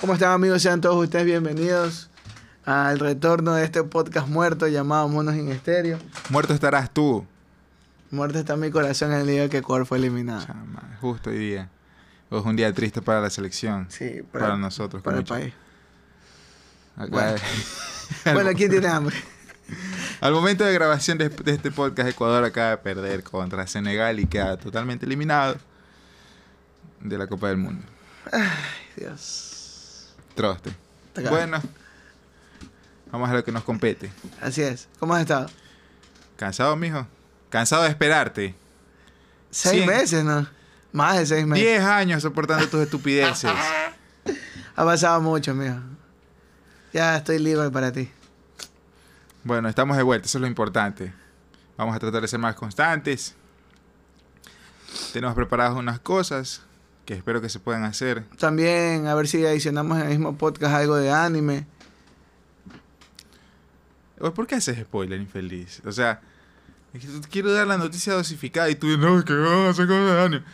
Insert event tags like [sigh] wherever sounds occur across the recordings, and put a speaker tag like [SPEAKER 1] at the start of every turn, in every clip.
[SPEAKER 1] ¿Cómo están amigos? Sean todos ustedes bienvenidos al retorno de este podcast muerto llamado Monos en Estéreo.
[SPEAKER 2] Muerto estarás tú.
[SPEAKER 1] Muerto está mi corazón en el día que Ecuador fue eliminado.
[SPEAKER 2] Chama, justo hoy día. Hoy es un día triste para la selección.
[SPEAKER 1] Sí,
[SPEAKER 2] para, nosotros.
[SPEAKER 1] para el
[SPEAKER 2] concha. [laughs]
[SPEAKER 1] país.
[SPEAKER 2] Acá-
[SPEAKER 1] Bueno.
[SPEAKER 2] al,
[SPEAKER 1] Bueno, ¿quién tiene hambre?
[SPEAKER 2] [laughs] al momento de grabación de, de este podcast, Ecuador acaba de perder contra Senegal y queda totalmente eliminado de la Copa del Mundo.
[SPEAKER 1] Dios.
[SPEAKER 2] Troste.
[SPEAKER 1] Está acá.
[SPEAKER 2] Bueno, vamos a lo que nos compete.
[SPEAKER 1] Así es. ¿Cómo has estado?
[SPEAKER 2] ¿Cansado, mijo? ¿Cansado de esperarte?
[SPEAKER 1] Seis
[SPEAKER 2] Cien.
[SPEAKER 1] meses, ¿no? Más de seis meses.
[SPEAKER 2] Diez años soportando
[SPEAKER 1] [laughs]
[SPEAKER 2] tus estupideces.
[SPEAKER 1] Ha pasado mucho, mijo. Ya estoy libre para ti.
[SPEAKER 2] Bueno, estamos de vuelta, eso es lo importante. Vamos a tratar de ser más constantes. Tenemos preparadas unas cosas que espero que se puedan hacer.
[SPEAKER 1] También a ver si adicionamos en el mismo podcast algo de anime.
[SPEAKER 2] Oye, ¿Por qué haces spoiler, infeliz? O sea, es que te quiero dar la noticia dosificada y tú no, es que vamos a hacer cosas de anime".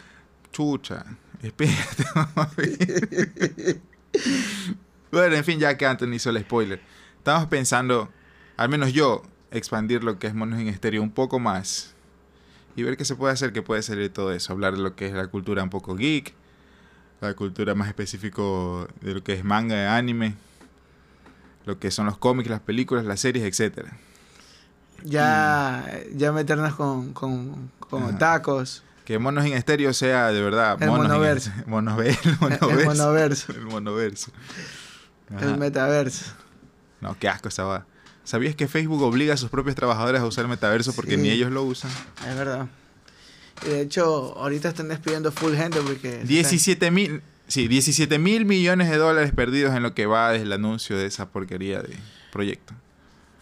[SPEAKER 2] Chucha, [laughs] espérate. vamos a ver. [laughs] bueno, en fin, ya que Anthony hizo el spoiler. Estamos pensando, al menos yo, expandir lo que es Monos en Estéreo un poco más. Y ver qué se puede hacer, qué puede salir de todo eso. Hablar de lo que es la cultura un poco geek. La cultura más específico de lo que es manga, anime. Lo que son los cómics, las películas, las series, etcétera.
[SPEAKER 1] Ya, ya meternos con, con, con
[SPEAKER 2] Mm. Ajá.
[SPEAKER 1] otakus.
[SPEAKER 2] Que Monos en Estéreo sea de verdad.
[SPEAKER 1] El
[SPEAKER 2] Monos en-
[SPEAKER 1] monoverso.
[SPEAKER 2] [laughs] Monover- el monoverso.
[SPEAKER 1] El monoverso.
[SPEAKER 2] El monoverso. Ajá.
[SPEAKER 1] El metaverso.
[SPEAKER 2] No, qué asco esa va. ¿Sabías que Facebook obliga a sus propios trabajadores a usar metaverso porque
[SPEAKER 1] Sí.
[SPEAKER 2] ni ellos lo usan?
[SPEAKER 1] Es verdad. Y de hecho, ahorita están despidiendo full gente porque...
[SPEAKER 2] 17 mil. Sí, 17 mil millones de dólares perdidos en lo que va desde el anuncio de esa porquería de proyecto.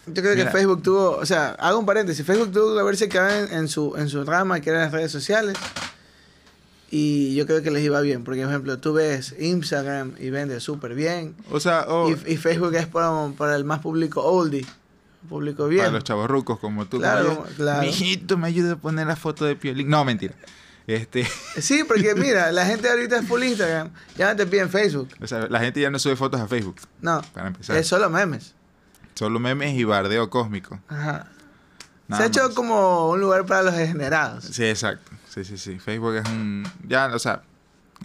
[SPEAKER 1] Yo creo
[SPEAKER 2] Mira.
[SPEAKER 1] que Facebook tuvo... O sea, hago un paréntesis. Facebook tuvo que haberse quedado en, en su, en su rama, que eran las redes sociales. Y yo creo que les iba bien. Porque, por ejemplo, tú ves Instagram y vende súper bien.
[SPEAKER 2] O sea, o
[SPEAKER 1] Y, y Facebook es para, para el más público oldie. Público
[SPEAKER 2] para
[SPEAKER 1] viejo.
[SPEAKER 2] los chavorrucos como tú.
[SPEAKER 1] Claro,
[SPEAKER 2] como yo.
[SPEAKER 1] claro.
[SPEAKER 2] Mijito, me ayuda a poner la foto de Piolín. No, mentira. Este, [laughs]
[SPEAKER 1] Sí, porque mira, la gente ahorita es full Instagram. Ya no te piden Facebook.
[SPEAKER 2] o sea, la gente ya no sube fotos a Facebook,
[SPEAKER 1] No.
[SPEAKER 2] para empezar.
[SPEAKER 1] Es solo memes.
[SPEAKER 2] Solo memes y bardeo cósmico.
[SPEAKER 1] Ajá.
[SPEAKER 2] Nada
[SPEAKER 1] Se ha hecho
[SPEAKER 2] más.
[SPEAKER 1] como un lugar para los degenerados.
[SPEAKER 2] Sí, exacto. Sí, sí, sí. Facebook es un... Ya, o sea,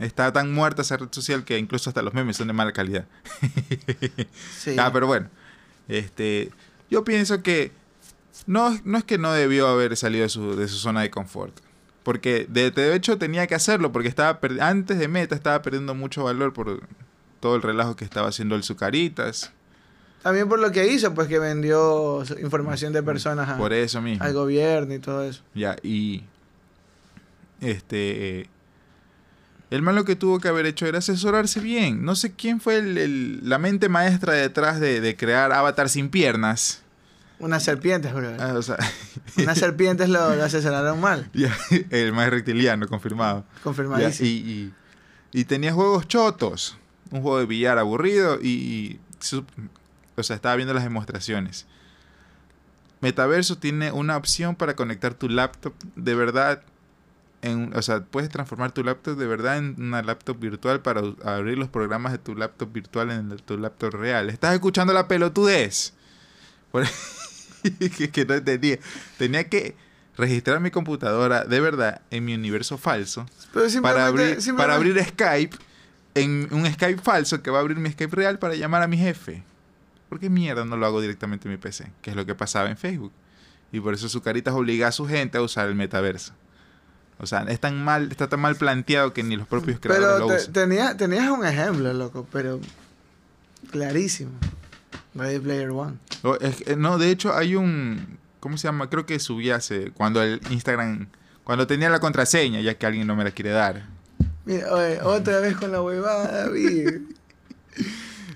[SPEAKER 2] está tan muerta esa red social que incluso hasta los memes son de mala calidad.
[SPEAKER 1] Sí.
[SPEAKER 2] Ah, pero bueno. Este, yo pienso que no, no es que no debió haber salido de su, de su zona de confort. Porque de, de hecho tenía que hacerlo, porque estaba per- antes de meta estaba perdiendo mucho valor por todo el relajo que estaba haciendo el Zucaritas.
[SPEAKER 1] También por lo que hizo, pues que vendió s- información de personas a-
[SPEAKER 2] Mm, Por eso mismo.
[SPEAKER 1] al gobierno y todo eso.
[SPEAKER 2] Ya, y. Este. eh, el man lo que tuvo que haber hecho era asesorarse bien. No sé quién fue el- el- la mente maestra detrás de, de crear Avatar sin piernas.
[SPEAKER 1] Unas serpientes, bro.
[SPEAKER 2] Ah, o sea,
[SPEAKER 1] [laughs]
[SPEAKER 2] [laughs]
[SPEAKER 1] Unas serpientes lo, lo asesoraron mal.
[SPEAKER 2] ya, el más reptiliano, confirmado. Ya, y,
[SPEAKER 1] Confirmadísimo.
[SPEAKER 2] y, y tenía juegos chotos. Un juego de billar aburrido y. y su- o sea, estaba viendo las demostraciones. Metaverso tiene una opción para conectar tu laptop de verdad. En, o sea, puedes transformar tu laptop de verdad en una laptop virtual para u- abrir los programas de tu laptop virtual en el- tu laptop real. ¿Estás escuchando la pelotudez? Por- [laughs] que, que no entendía. Tenía que registrar mi computadora de verdad en mi universo falso
[SPEAKER 1] Pero
[SPEAKER 2] para
[SPEAKER 1] simplemente-
[SPEAKER 2] abrir,
[SPEAKER 1] simplemente-
[SPEAKER 2] para abrir Skype en un Skype falso que va a abrir mi Skype real para llamar a mi jefe. ¿Por qué mierda no lo hago directamente en mi PC? Que es lo que pasaba en Facebook. Y por eso su carita obliga a su gente a usar el metaverso. O sea, es tan mal, está tan mal planteado que ni los propios creadores
[SPEAKER 1] Pero
[SPEAKER 2] lo
[SPEAKER 1] te-
[SPEAKER 2] usan.
[SPEAKER 1] tenía, tenías un ejemplo, loco, pero clarísimo. Ready Player One.
[SPEAKER 2] O- es que- no, de hecho hay un... ¿Cómo se llama? Creo que subí hace... Cuando el Instagram... Cuando tenía la contraseña, ya que alguien no me la quiere dar.
[SPEAKER 1] Mira, oye, otra vez con la huevada, David.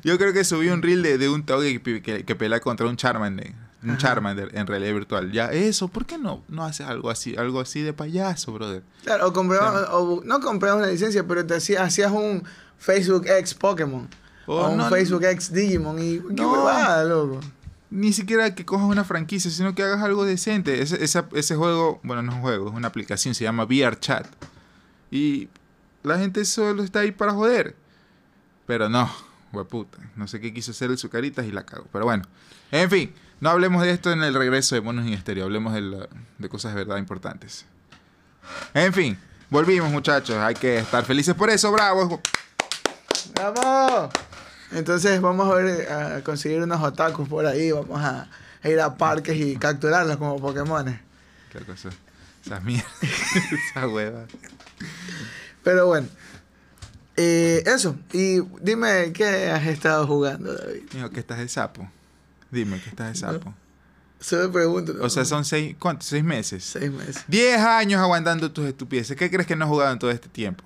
[SPEAKER 2] Yo creo que subí un reel de, de un toque que, que, que pelea contra un Charmander. Un
[SPEAKER 1] Ajá.
[SPEAKER 2] Charmander en realidad virtual. Ya, eso, ¿por qué no, no haces algo así? Algo así de payaso, brother.
[SPEAKER 1] Claro, o comprabas,
[SPEAKER 2] Sí.
[SPEAKER 1] o bu- no comprabas una licencia, pero te hacía- hacías un Facebook X Pokémon.
[SPEAKER 2] O
[SPEAKER 1] o un
[SPEAKER 2] no,
[SPEAKER 1] Facebook X Digimon. Y qué
[SPEAKER 2] No.
[SPEAKER 1] huevada, loco.
[SPEAKER 2] Ni siquiera que cojas una franquicia, sino que hagas algo decente. Ese, esa- ese juego, bueno, no es un juego, es una aplicación, se llama VRChat. Y la gente solo está ahí para joder. Pero no, Guaputa. No sé qué quiso hacer el Zucaritas y la cago. Pero bueno. En fin, no hablemos de esto en el regreso de Monos en Estéreo. Hablemos de, la- de cosas de verdad importantes. En fin, volvimos, muchachos. Hay que estar felices por eso, bravos.
[SPEAKER 1] ¡Vamos! Entonces vamos a ver a conseguir unos otakus por ahí, vamos a, a ir a parques y capturarlos como Pokémones.
[SPEAKER 2] Qué cosa. Esa mierda. [laughs] Esa hueva.
[SPEAKER 1] Pero bueno, eh, eso. Y dime qué has estado jugando, David.
[SPEAKER 2] Mijo, que estás de sapo. Dime, que estás de sapo.
[SPEAKER 1] Solo pregunto.
[SPEAKER 2] O sea, son seis. ¿Cuántos? ¿Seis meses?
[SPEAKER 1] seis meses.
[SPEAKER 2] Diez años aguantando tus estupideces. ¿Qué crees que no has jugado en todo este tiempo?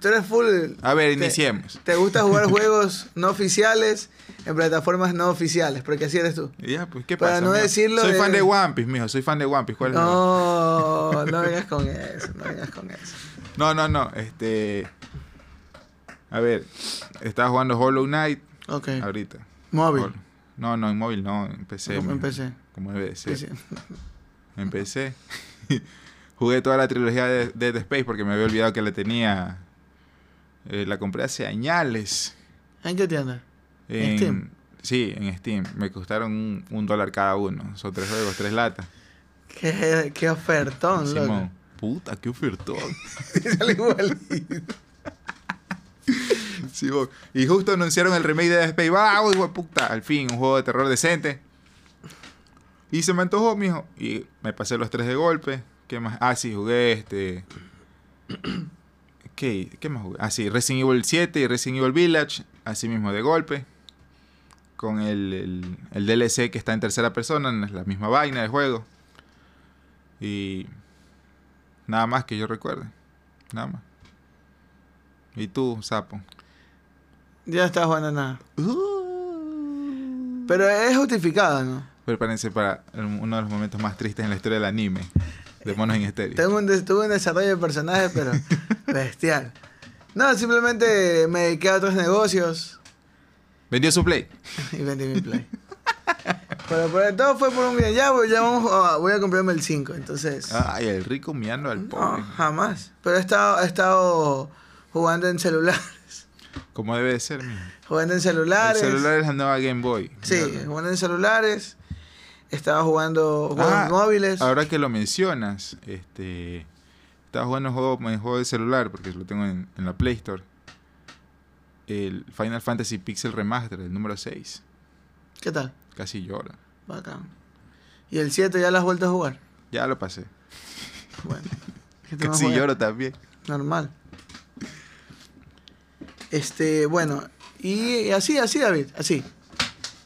[SPEAKER 1] Tú eres full.
[SPEAKER 2] A ver,
[SPEAKER 1] te-
[SPEAKER 2] iniciemos.
[SPEAKER 1] Te gusta
[SPEAKER 2] [laughs]
[SPEAKER 1] jugar juegos no oficiales en plataformas no oficiales, porque así eres tú.
[SPEAKER 2] Ya, pues, ¿qué
[SPEAKER 1] Para
[SPEAKER 2] pasa?
[SPEAKER 1] no
[SPEAKER 2] mijo?
[SPEAKER 1] decirlo
[SPEAKER 2] Soy
[SPEAKER 1] de-
[SPEAKER 2] fan de One Piece, mijo. Soy fan de One Piece. ¿Cuál es la-
[SPEAKER 1] No, no vengas con eso, no vengas con eso.
[SPEAKER 2] No, no, no. Este. A ver, estaba jugando Hollow Knight [laughs]
[SPEAKER 1] Ok,
[SPEAKER 2] ahorita.
[SPEAKER 1] móvil.
[SPEAKER 2] Hol- No, no, en móvil no, en PC.
[SPEAKER 1] Como
[SPEAKER 2] mijo.
[SPEAKER 1] empecé.
[SPEAKER 2] Como debe de ser.
[SPEAKER 1] Sí, sí.
[SPEAKER 2] En PC. [laughs] Jugué toda la trilogía de Dead Space porque me había olvidado que la tenía. Eh, la compré hace añales.
[SPEAKER 1] ¿En qué tienda? ¿En
[SPEAKER 2] En
[SPEAKER 1] Steam?
[SPEAKER 2] Sí, en Steam. Me costaron un, un dólar cada uno. Son tres juegos, tres latas.
[SPEAKER 1] Qué, qué ofertón, loco.
[SPEAKER 2] Simón. [laughs] Puta, qué ofertón.
[SPEAKER 1] Sale igualito.
[SPEAKER 2] [laughs] Sí, bo. y justo anunciaron el remake de Dead Space. ¡Wow, hijo de puta! Al fin, un juego de terror decente. Y se me antojó, mijo. Y me pasé los tres de golpe. ¿Qué más? Ah, sí, jugué este. [clears throat] ¿Qué, ¿Qué más jugué? Ah, sí, Resident Evil 7 y Resident Evil Village. Así mismo de golpe. Con el, el- el DLC que está en tercera persona. no Es la misma vaina del juego. Y. Nada más que yo recuerde. Nada más. ¿Y tú, sapo?
[SPEAKER 1] Ya no estás jugando nada.
[SPEAKER 2] Pero
[SPEAKER 1] Pero es justificado, ¿no?
[SPEAKER 2] Uh. prepárense para el- uno de los momentos más tristes en la historia del anime. De monos en estéreo.
[SPEAKER 1] Eh, Tengo un des- tuve un desarrollo de personaje,
[SPEAKER 2] [laughs]
[SPEAKER 1] pero bestial. No, simplemente me dediqué a otros negocios
[SPEAKER 2] Vendió su play.
[SPEAKER 1] y vendí mi play. Pero por todo fue por un bien. Ya, voy, ya vamos a- voy a comprarme el 5, entonces.
[SPEAKER 2] Ay, el rico mirando al Ah, pobre.
[SPEAKER 1] No, jamás. Pero he estado, he estado jugando en celulares.
[SPEAKER 2] Como debe de ser, mijo.
[SPEAKER 1] Jugando en
[SPEAKER 2] El
[SPEAKER 1] celulares.
[SPEAKER 2] celular es la nueva Game Boy.
[SPEAKER 1] Sí,
[SPEAKER 2] Míralo.
[SPEAKER 1] jugando en celulares. Estaba jugando juegos
[SPEAKER 2] Ah,
[SPEAKER 1] móviles.
[SPEAKER 2] Ahora que lo mencionas, este. Estaba jugando un juego, un juego de celular, porque lo tengo en, en la Play Store. El Final Fantasy Pixel Remaster, el número 6.
[SPEAKER 1] ¿Qué tal?
[SPEAKER 2] Casi llora.
[SPEAKER 1] Bacán. ¿Y el 7 ya lo has vuelto a jugar?
[SPEAKER 2] Ya lo pasé.
[SPEAKER 1] Bueno. ¿qué
[SPEAKER 2] [laughs]
[SPEAKER 1] te vas a
[SPEAKER 2] Casi
[SPEAKER 1] jugar?
[SPEAKER 2] lloro también.
[SPEAKER 1] Normal. Este, bueno, y así, así, David, así.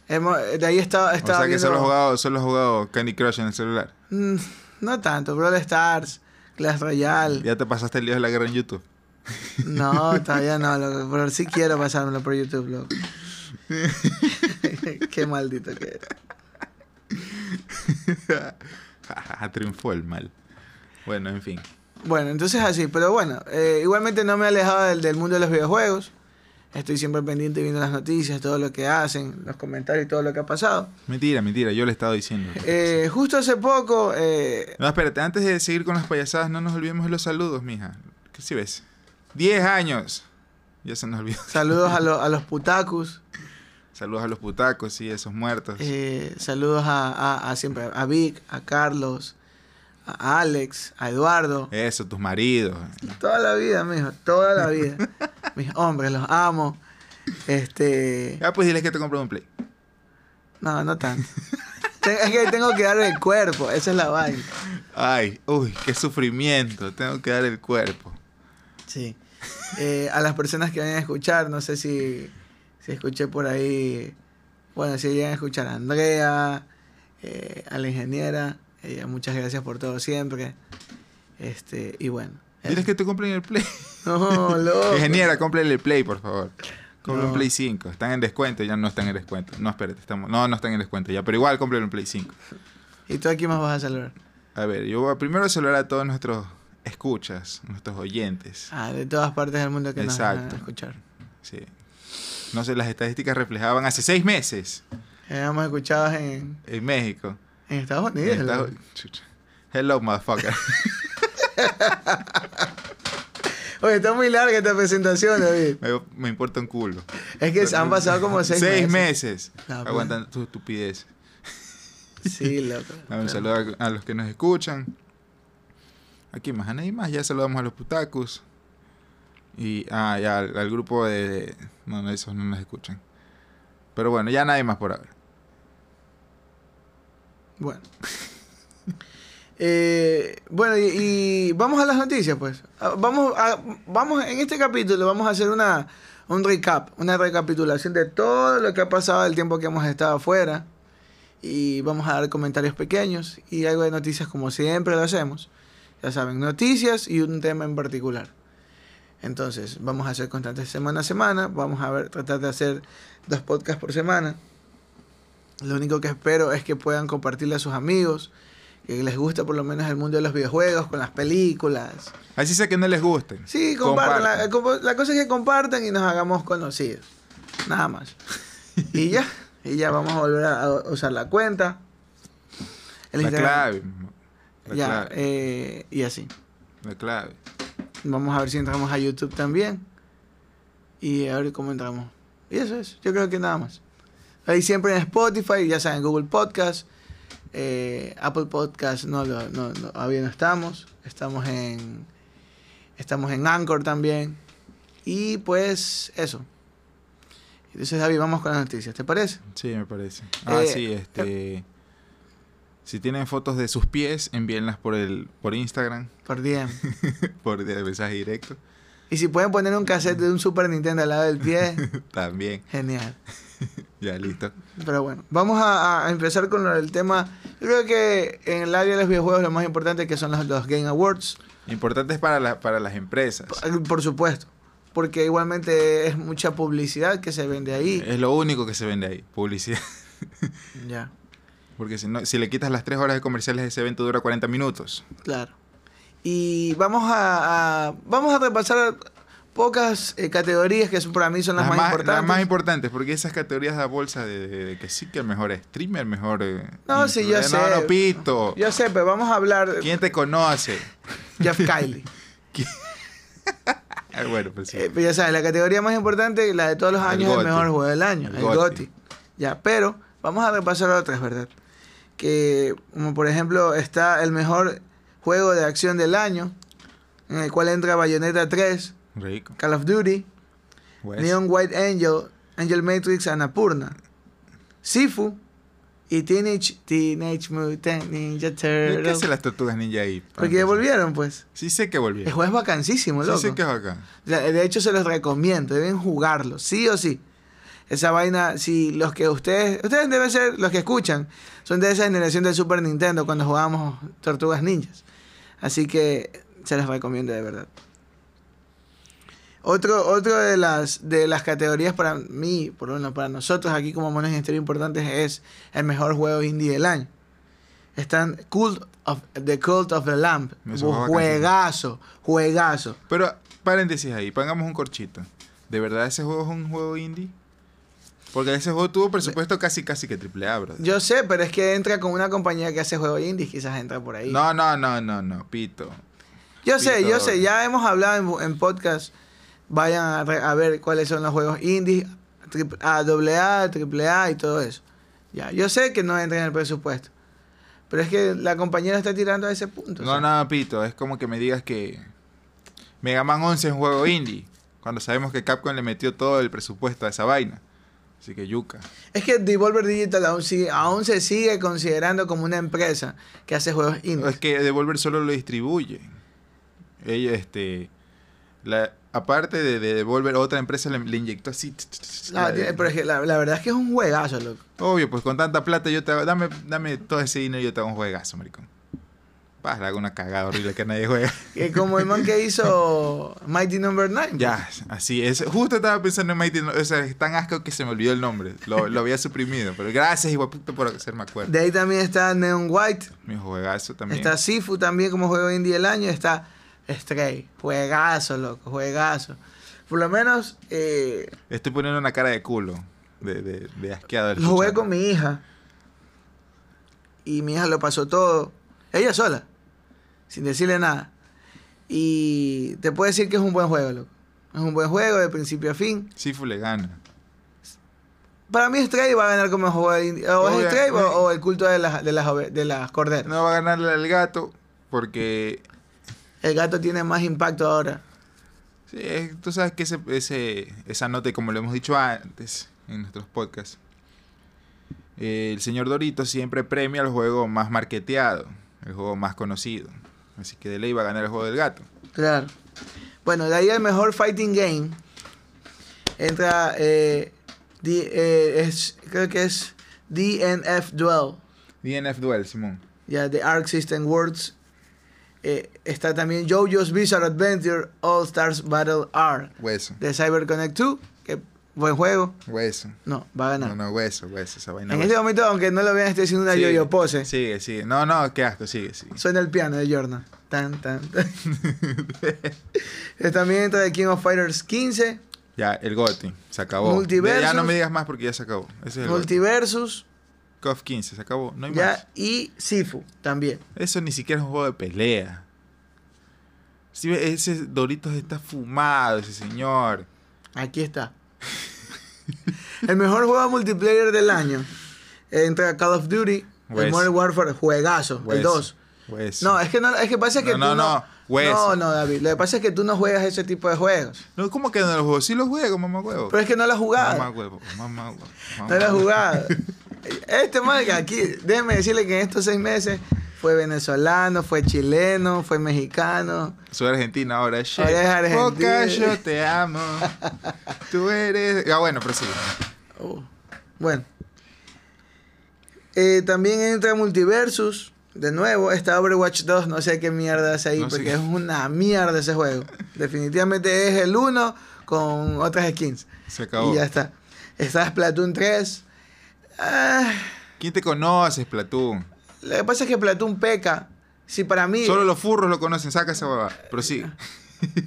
[SPEAKER 1] Hemos- de ahí estaba, estaba
[SPEAKER 2] o sea que
[SPEAKER 1] viendo-
[SPEAKER 2] solo has jugado, solo has jugado Candy Crush en el celular.
[SPEAKER 1] Mm, no tanto, Brawl Stars, Clash Royale.
[SPEAKER 2] Ya te pasaste el lío de la guerra en YouTube. [laughs]
[SPEAKER 1] No, todavía no, loco, pero sí quiero pasármelo por YouTube,
[SPEAKER 2] [laughs]
[SPEAKER 1] loco. [laughs] Qué maldito que eres.
[SPEAKER 2] Jajaja, Triunfó el mal. Bueno, en fin.
[SPEAKER 1] Bueno, entonces así, pero bueno, eh, igualmente no me he alejado del, del mundo de los videojuegos. Estoy siempre pendiente viendo las noticias, todo lo que hacen, los comentarios y todo lo que ha pasado.
[SPEAKER 2] Mentira, mentira, yo le he estado diciendo.
[SPEAKER 1] Eh, justo hace poco, eh,
[SPEAKER 2] No, espérate, antes de seguir con las payasadas, no nos olvidemos de los saludos, mija. ¿Qué si ves? ¡10 años! Ya se nos olvidó. [laughs]
[SPEAKER 1] saludos a, lo- a los putacus,
[SPEAKER 2] Saludos a los putacos y esos muertos.
[SPEAKER 1] eh, saludos a, a- a siempre a Vic, a Carlos, a Alex, a Eduardo.
[SPEAKER 2] Eso, tus maridos.
[SPEAKER 1] Toda la vida, mijo, toda la vida. Mis hombres, los amo. Este,
[SPEAKER 2] Ya, pues diles que te compré un play.
[SPEAKER 1] no, no tanto. Te- Es que tengo que dar el cuerpo, esa es la vaina.
[SPEAKER 2] Ay, uy, qué sufrimiento. Tengo que dar el cuerpo.
[SPEAKER 1] Sí. Eh, a las personas que vayan a escuchar, no sé si, si escuché por ahí, bueno, si llegan a escuchar a Andrea, eh, a la ingeniera, ella, muchas gracias por todo siempre. Este, y bueno. eh,
[SPEAKER 2] Diles que te compren el play.
[SPEAKER 1] [laughs] No, loco.
[SPEAKER 2] Ingeniera, cómprale el Play, por favor. Compre
[SPEAKER 1] No.
[SPEAKER 2] un Play 5. Están en descuento, ya no están en descuento. No, espérate, estamos. No, no están en descuento ya, pero igual cómprale un Play 5.
[SPEAKER 1] ¿Y tú aquí más vas a saludar?
[SPEAKER 2] A ver, yo voy a- primero saludar a todos nuestros escuchas, nuestros oyentes.
[SPEAKER 1] Ah, de todas partes del mundo que nos van
[SPEAKER 2] Exacto.
[SPEAKER 1] a escuchar.
[SPEAKER 2] Sí. No sé, las estadísticas reflejaban hace seis meses
[SPEAKER 1] Éramos escuchados Eh, en,
[SPEAKER 2] en México.
[SPEAKER 1] en Estados
[SPEAKER 2] En
[SPEAKER 1] Unidos.
[SPEAKER 2] Estados-
[SPEAKER 1] loco.
[SPEAKER 2] Chucha. Hello, motherfucker. [laughs]
[SPEAKER 1] Oye, está muy larga esta presentación, David.
[SPEAKER 2] me, me importa un culo.
[SPEAKER 1] Es que se han pasado como seis,
[SPEAKER 2] Seis meses.
[SPEAKER 1] Ah, pues.
[SPEAKER 2] aguantando tu estupidez.
[SPEAKER 1] Sí,
[SPEAKER 2] [laughs]
[SPEAKER 1] loco.
[SPEAKER 2] A un saludo a, a los que nos escuchan. Aquí más, a nadie más. Ya saludamos a los putacos. Y ah, ya, al, al grupo de, de- No, no, esos no nos escuchan. Pero bueno, ya nadie más por ahora.
[SPEAKER 1] Bueno. [laughs] Eh, bueno, y, y vamos a las noticias, pues. Ah, Vamos, a- vamos en este capítulo vamos a hacer una un recap, una recapitulación de todo lo que ha pasado el tiempo que hemos estado afuera. Y vamos a dar comentarios pequeños y algo de noticias como siempre lo hacemos. Ya saben, noticias y un tema en particular. Entonces, vamos a hacer constantes semana a semana. Vamos a ver, tratar de hacer dos podcasts por semana. Lo único que espero es que puedan compartirle a sus amigos, que les gusta por lo menos el mundo de los videojuegos, con las películas.
[SPEAKER 2] Así sea que no les gusten.
[SPEAKER 1] Sí, compartan. La-
[SPEAKER 2] Compartan.
[SPEAKER 1] compa- La, cosa es que compartan y nos hagamos conocidos. Nada más. Y ya, y ya vamos a volver a, a usar la cuenta. El
[SPEAKER 2] La
[SPEAKER 1] Instagram.
[SPEAKER 2] clave. mo- La
[SPEAKER 1] ya,
[SPEAKER 2] clave.
[SPEAKER 1] eh, y así.
[SPEAKER 2] La clave.
[SPEAKER 1] Vamos a ver si entramos a YouTube también. Y a ver cómo entramos. Y eso es, yo creo que nada más. Ahí siempre en Spotify, ya saben, Google Podcast, eh, Apple Podcast, no, lo- no, no, todavía no estamos. Estamos en, estamos en Anchor también. Y pues eso. Entonces, David, vamos con las noticias, ¿te parece?
[SPEAKER 2] Sí, me parece. Ah,
[SPEAKER 1] Eh,
[SPEAKER 2] sí, este. Si tienen fotos de sus pies, envíenlas por el por Instagram, [laughs]
[SPEAKER 1] Por DM.
[SPEAKER 2] por de- mensaje directo. [laughs]
[SPEAKER 1] Y si pueden poner un cassette de un Super Nintendo al lado del pie,
[SPEAKER 2] También,
[SPEAKER 1] genial.
[SPEAKER 2] ya listo.
[SPEAKER 1] Pero bueno, vamos a, a empezar con el tema. Yo creo que en el área de los videojuegos lo más importante que son los, los Game Awards,
[SPEAKER 2] Importante es para, la- para las empresas.
[SPEAKER 1] por, por supuesto, porque igualmente es mucha publicidad que se vende ahí.
[SPEAKER 2] Eh, Es lo único que se vende ahí, publicidad. [laughs]
[SPEAKER 1] Ya,
[SPEAKER 2] Porque si, no, si le quitas las tres horas de comerciales, ese evento dura 40 minutos.
[SPEAKER 1] claro. Y vamos a, a- vamos a repasar pocas eh, categorías que son- para mí son las, más, importantes.
[SPEAKER 2] las más importantes, porque esas categorías da bolsa de, de- de que sí, que el mejor streamer, mejor... eh,
[SPEAKER 1] No, sí, yo
[SPEAKER 2] influencer.
[SPEAKER 1] sé.
[SPEAKER 2] No, no, pito.
[SPEAKER 1] Yo sé, pero vamos a hablar de
[SPEAKER 2] ¿Quién te conoce?
[SPEAKER 1] Jeff [laughs] Kylie.
[SPEAKER 2] Ah, bueno, pues sí.
[SPEAKER 1] Eh, pues ya sabes, la categoría más importante, la de todos los
[SPEAKER 2] El
[SPEAKER 1] años, el,
[SPEAKER 2] GOTY.
[SPEAKER 1] mejor juego del año,
[SPEAKER 2] El
[SPEAKER 1] el
[SPEAKER 2] GOTY.
[SPEAKER 1] GOTY. Ya, pero vamos a repasar otras, ¿verdad? Que, como por ejemplo, está el mejor juego de acción del año, en el cual entra Bayonetta 3,
[SPEAKER 2] Rico.
[SPEAKER 1] Call of Duty,
[SPEAKER 2] Pues,
[SPEAKER 1] Neon White Angel, Angel Matrix, Annapurna, Sifu y Teenage, Teenage Mutant Ninja
[SPEAKER 2] ¿y ¿Qué hacen
[SPEAKER 1] Turtles.
[SPEAKER 2] las tortugas ninja ahí? Ah,
[SPEAKER 1] Porque volvieron, pues.
[SPEAKER 2] Sí sé que
[SPEAKER 1] El
[SPEAKER 2] volvieron.
[SPEAKER 1] juego es vacancísimo,
[SPEAKER 2] Sí
[SPEAKER 1] loco.
[SPEAKER 2] sé que es bacán.
[SPEAKER 1] O sea, De hecho, se los recomiendo, deben jugarlo, sí o sí. Esa vaina, si los que ustedes, ustedes deben ser los que escuchan, son de esa generación del Super Nintendo cuando jugábamos Tortugas Ninjas. Así que se los recomiendo de verdad. Otro, otro de las de las categorías para mí, por lo menos para nosotros aquí como monos en historia importantes es el mejor juego indie del año. Están Cult of the Cult of the Lamp.
[SPEAKER 2] Eso es
[SPEAKER 1] Juegazo, juegazo.
[SPEAKER 2] Pero, paréntesis ahí, pongamos un corchito. ¿De verdad ese juego es un juego indie? Porque ese juego tuvo presupuesto casi, casi que triple A, brother.
[SPEAKER 1] Yo sé, pero es que entra con una compañía que hace juegos indies, quizás entra por ahí.
[SPEAKER 2] No, no, no, no, no, pito.
[SPEAKER 1] yo sé, yo
[SPEAKER 2] Víctor.
[SPEAKER 1] sé, ya hemos hablado en, en podcast. Vayan a, re- a ver cuáles son los juegos indies, trip- A, AA, AAA y todo eso. Ya, yo sé que no entra en el presupuesto. Pero es que la compañía lo está tirando a ese punto. o sea.
[SPEAKER 2] No, no, pito. Es como que me digas que Mega Man 11 es un juego indie. Cuando sabemos que Capcom le metió todo el presupuesto a esa vaina. Así que yuca.
[SPEAKER 1] Es que Devolver Digital aún, sigue- aún se sigue considerando como una empresa que hace juegos indies.
[SPEAKER 2] [laughs] Es que Devolver solo lo distribuye. Ellos, este. La, aparte de, de Devolver, otra empresa le, le inyectó así. tss, tss, tss,
[SPEAKER 1] No,
[SPEAKER 2] la-
[SPEAKER 1] tiene- Ah, pero es que la, la verdad es que es un juegazo, loco.
[SPEAKER 2] Obvio, pues con tanta plata yo te hago. Dame, dame todo ese dinero y yo te hago un juegazo, maricón. Paz, le hago una cagada horrible que nadie juega.
[SPEAKER 1] Que como el man que
[SPEAKER 2] [laughs]
[SPEAKER 1] hizo Mighty Number 9.
[SPEAKER 2] Ya, así es. Justo estaba pensando en Mighty. No- O sea, es tan asco que se me olvidó el nombre. Lo, lo había suprimido. Pero gracias, puto por hacerme acuerdo.
[SPEAKER 1] De ahí también está Neon White,
[SPEAKER 2] Mi juegazo también.
[SPEAKER 1] está Sifu también como juego indie del año, está Stray. Juegazo, loco, juegazo. Por lo menos eh,
[SPEAKER 2] Estoy poniendo una cara de culo. De, de, de asqueado. al
[SPEAKER 1] lo jugué
[SPEAKER 2] escucharlo.
[SPEAKER 1] con mi hija. Y mi hija lo pasó todo, ella sola, sin decirle nada. Y te puedo decir que es un buen juego, loco. Es un buen juego de principio a fin.
[SPEAKER 2] Sifu le gana.
[SPEAKER 1] Para mí Stray va a ganar como juego de India. O
[SPEAKER 2] Obvia-
[SPEAKER 1] es Stray o, o el culto de las, de las, ove- de las corderas.
[SPEAKER 2] No va a ganarle al gato porque
[SPEAKER 1] El gato tiene más impacto ahora.
[SPEAKER 2] sí, es- tú sabes que ese, ese- esa nota, como lo hemos dicho antes en nuestros podcasts, eh, el señor Dorito siempre premia el juego más marketeado, el juego más conocido. Así que de ley va a ganar el juego del gato.
[SPEAKER 1] Claro. Bueno, de ahí el mejor fighting game. Entra. Eh, D- eh, es, creo que es DNF Duel.
[SPEAKER 2] DNF Duel, Simón.
[SPEAKER 1] Ya, de Arc System Words. Eh, está también JoJo's Bizarre Adventure All Stars Battle R.
[SPEAKER 2] Hueso.
[SPEAKER 1] De CyberConnect 2. Que buen juego.
[SPEAKER 2] Hueso.
[SPEAKER 1] Ah, No, va a ganar.
[SPEAKER 2] No, no, hueso, hueso, esa vaina.
[SPEAKER 1] en
[SPEAKER 2] hueso.
[SPEAKER 1] este momento, aunque no lo vean, estoy haciendo una
[SPEAKER 2] Sigue,
[SPEAKER 1] yo-yo pose.
[SPEAKER 2] Sigue, sigue. No, no, qué asco, sigue, sigue. [laughs]
[SPEAKER 1] Suena el piano de Jordan. Tan, tan, tan. [laughs] Eh, También entra de King of Fighters 15,
[SPEAKER 2] Ya, el Goti, se acabó.
[SPEAKER 1] Multiversus.
[SPEAKER 2] Ya no me digas más porque ya se acabó. Ese es el Goti.
[SPEAKER 1] Multiversus
[SPEAKER 2] KOF 15, se acabó. No hay más.
[SPEAKER 1] ya, y Sifu también.
[SPEAKER 2] Eso ni siquiera es un juego de pelea. Si ve, ese Doritos está fumado, ese señor.
[SPEAKER 1] Aquí está. el mejor juego multiplayer del año. Entra Call of Duty, el
[SPEAKER 2] Hueso.
[SPEAKER 1] Modern Warfare, juegazo, el
[SPEAKER 2] Hueso.
[SPEAKER 1] 2.
[SPEAKER 2] Hueso.
[SPEAKER 1] No, es que no, es que pasa que
[SPEAKER 2] Pues. No,
[SPEAKER 1] tú
[SPEAKER 2] no, no, pues. hueso.
[SPEAKER 1] No, no, David, lo que pasa es que tú no juegas ese tipo de juegos.
[SPEAKER 2] No, ¿cómo que no lo juego? Sí lo juego, mamá huevo.
[SPEAKER 1] Pero es que no lo has jugado.
[SPEAKER 2] Mamá huevo, mamá huevo. mamá
[SPEAKER 1] No la
[SPEAKER 2] huevo.
[SPEAKER 1] jugada. [laughs] Este man que aquí, déjeme decirle que en estos seis meses fue venezolano, fue chileno, fue mexicano.
[SPEAKER 2] Soy argentina ahora, shit.
[SPEAKER 1] Ahora es argentina.
[SPEAKER 2] Boca, yo te amo. Tú eres. Ah, bueno, pero sí.
[SPEAKER 1] Oh, Bueno. Eh, también entra Multiversus. De nuevo, está Overwatch 2. No sé qué mierda es ahí,
[SPEAKER 2] No sé
[SPEAKER 1] porque
[SPEAKER 2] qué-
[SPEAKER 1] es una mierda ese juego. Definitivamente es el 1 con otras skins.
[SPEAKER 2] Se acabó.
[SPEAKER 1] Y ya está. Está Splatoon 3. Ah,
[SPEAKER 2] ¿Quién te conoce, Platón?
[SPEAKER 1] lo que pasa es que Splatoon peca. Si para mí.
[SPEAKER 2] Solo los furros lo conocen, saca esa baba. Pero sí. [laughs]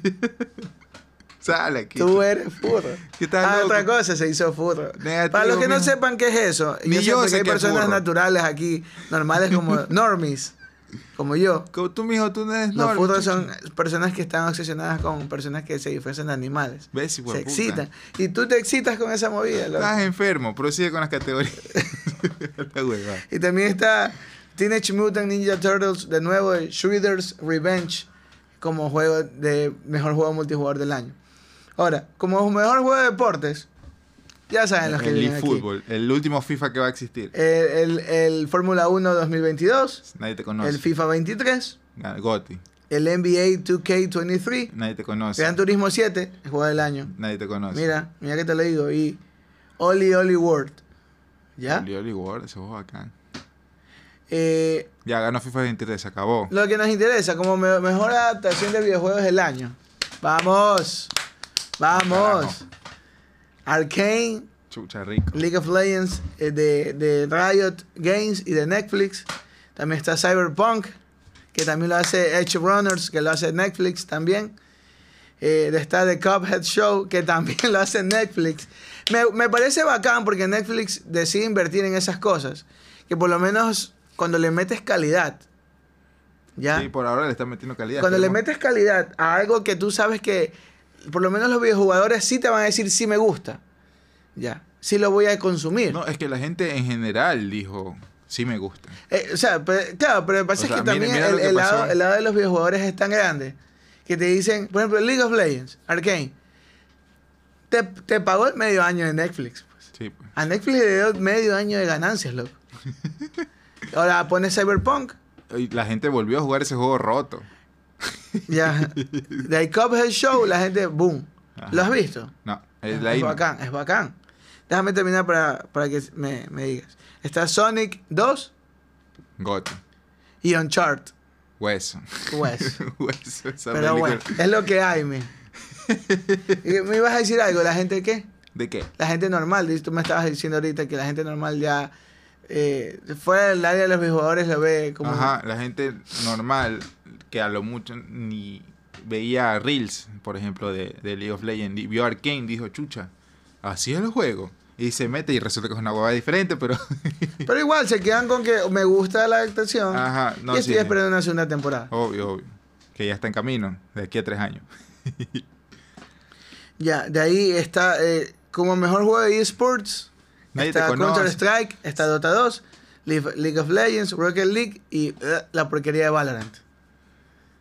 [SPEAKER 2] Sale aquí.
[SPEAKER 1] Tú eres
[SPEAKER 2] [laughs]
[SPEAKER 1] furro.
[SPEAKER 2] ¿Qué tal,
[SPEAKER 1] ah,
[SPEAKER 2] loco?
[SPEAKER 1] otra cosa se hizo furro.
[SPEAKER 2] Negativo,
[SPEAKER 1] Para los que no
[SPEAKER 2] mira.
[SPEAKER 1] sepan qué es eso,
[SPEAKER 2] Ni
[SPEAKER 1] yo sé
[SPEAKER 2] yo
[SPEAKER 1] porque
[SPEAKER 2] sé
[SPEAKER 1] hay
[SPEAKER 2] qué es
[SPEAKER 1] personas
[SPEAKER 2] furro.
[SPEAKER 1] naturales aquí, normales
[SPEAKER 2] [laughs]
[SPEAKER 1] como normies, como yo.
[SPEAKER 2] Como tú, mijo, tú no eres
[SPEAKER 1] Los
[SPEAKER 2] normal,
[SPEAKER 1] furros
[SPEAKER 2] chucho.
[SPEAKER 1] son personas que están obsesionadas con personas que se disfrazan de animales.
[SPEAKER 2] ¿Ves, Ah, hijo
[SPEAKER 1] se
[SPEAKER 2] de puta?
[SPEAKER 1] excitan. Y tú te excitas con esa movida. loco.
[SPEAKER 2] Estás enfermo, prosigue con las categorías. [laughs] La hueva.
[SPEAKER 1] Y también está Teenage Mutant Ninja Turtles, de nuevo, el Shredder's Revenge, como juego de mejor juego multijugador del año. Ahora, como mejor juego de deportes, ya saben Ah, los que
[SPEAKER 2] el
[SPEAKER 1] vienen aquí.
[SPEAKER 2] eFootball, el último FIFA que va a existir.
[SPEAKER 1] El, el, el Fórmula 1 2022,
[SPEAKER 2] Nadie te conoce.
[SPEAKER 1] el FIFA 23,
[SPEAKER 2] Goti,
[SPEAKER 1] el NBA 2K23,
[SPEAKER 2] nadie te conoce.
[SPEAKER 1] Gran Turismo 7, el juego del año.
[SPEAKER 2] Nadie te conoce.
[SPEAKER 1] Mira, mira que te lo digo. Y Oli Oli World. ¿Ya?
[SPEAKER 2] Lioli Ward, ese juego bacán.
[SPEAKER 1] Eh,
[SPEAKER 2] Ya ganó FIFA 23, se acabó.
[SPEAKER 1] Lo que nos interesa, como me- mejor adaptación de videojuegos del año. Vamos. Vamos. Arcane,
[SPEAKER 2] Chucha rico.
[SPEAKER 1] League of Legends eh, de, de Riot Games y de Netflix. También está Cyberpunk, que también lo hace Edge Runners, que lo hace Netflix también. Eh, está The Cuphead Show, que también [laughs] lo hace Netflix. Me, me parece bacán porque Netflix decide invertir en esas cosas. Que por lo menos cuando le metes calidad, ¿ya?
[SPEAKER 2] Sí, por ahora le están metiendo calidad.
[SPEAKER 1] Cuando le
[SPEAKER 2] esperemos.
[SPEAKER 1] metes calidad a algo que tú sabes que por lo menos los videojugadores sí te van a decir sí me gusta. Ya. Sí lo voy a consumir.
[SPEAKER 2] No, es que la gente en general dijo, sí me gusta.
[SPEAKER 1] Eh, o sea, pe- claro, pero lo que pasa
[SPEAKER 2] O
[SPEAKER 1] es
[SPEAKER 2] sea,
[SPEAKER 1] que
[SPEAKER 2] mire,
[SPEAKER 1] también
[SPEAKER 2] mira lo
[SPEAKER 1] el,
[SPEAKER 2] que
[SPEAKER 1] el lado,
[SPEAKER 2] pasó.
[SPEAKER 1] el lado de los videojugadores es tan grande que te dicen, por ejemplo, League of Legends, Arkane, te, te pagó el medio año de Netflix. pues.
[SPEAKER 2] Sí, pues.
[SPEAKER 1] A Netflix le dio medio año de ganancias,
[SPEAKER 2] [laughs]
[SPEAKER 1] loco. Ahora pones Cyberpunk,
[SPEAKER 2] Y La gente volvió a jugar ese juego roto. [laughs]
[SPEAKER 1] ya. De ahí Cuphead Show, la gente, boom. ¿Lo has visto? Ah,
[SPEAKER 2] No,
[SPEAKER 1] Es,
[SPEAKER 2] es la
[SPEAKER 1] es
[SPEAKER 2] I-
[SPEAKER 1] bacán, es bacán. Déjame terminar para, para que me, me digas. Está Sonic 2
[SPEAKER 2] Goto.
[SPEAKER 1] y Uncharted
[SPEAKER 2] Hueso. [laughs]
[SPEAKER 1] West.
[SPEAKER 2] Hueso, esa
[SPEAKER 1] Pero
[SPEAKER 2] película.
[SPEAKER 1] bueno, es lo que
[SPEAKER 2] [laughs]
[SPEAKER 1] hay, me. Y ¿Me ibas a decir algo? ¿La gente qué?
[SPEAKER 2] ¿De qué?
[SPEAKER 1] La gente normal. dices, Tú me estabas diciendo ahorita que la gente normal ya... eh, fuera del área de los jugadores lo ve como...
[SPEAKER 2] Ajá, la gente normal que a lo mucho ni veía Reels, por ejemplo, de, de League of Legends, y vio Arkane, dijo, chucha, así es el juego. Y se mete y resulta que es una huevada diferente, pero... [laughs]
[SPEAKER 1] Pero igual, se quedan con que me gusta la adaptación
[SPEAKER 2] Ajá, no,
[SPEAKER 1] y estoy
[SPEAKER 2] sí.
[SPEAKER 1] esperando una segunda temporada.
[SPEAKER 2] Obvio, obvio. Que ya está en camino, de aquí a tres años.
[SPEAKER 1] Ya, de ahí está eh, como mejor juego de eSports.
[SPEAKER 2] Nadie
[SPEAKER 1] está
[SPEAKER 2] te conoce.
[SPEAKER 1] Counter Strike, está Dota 2, Leaf- League of Legends, Rocket League y eh, la porquería de Valorant.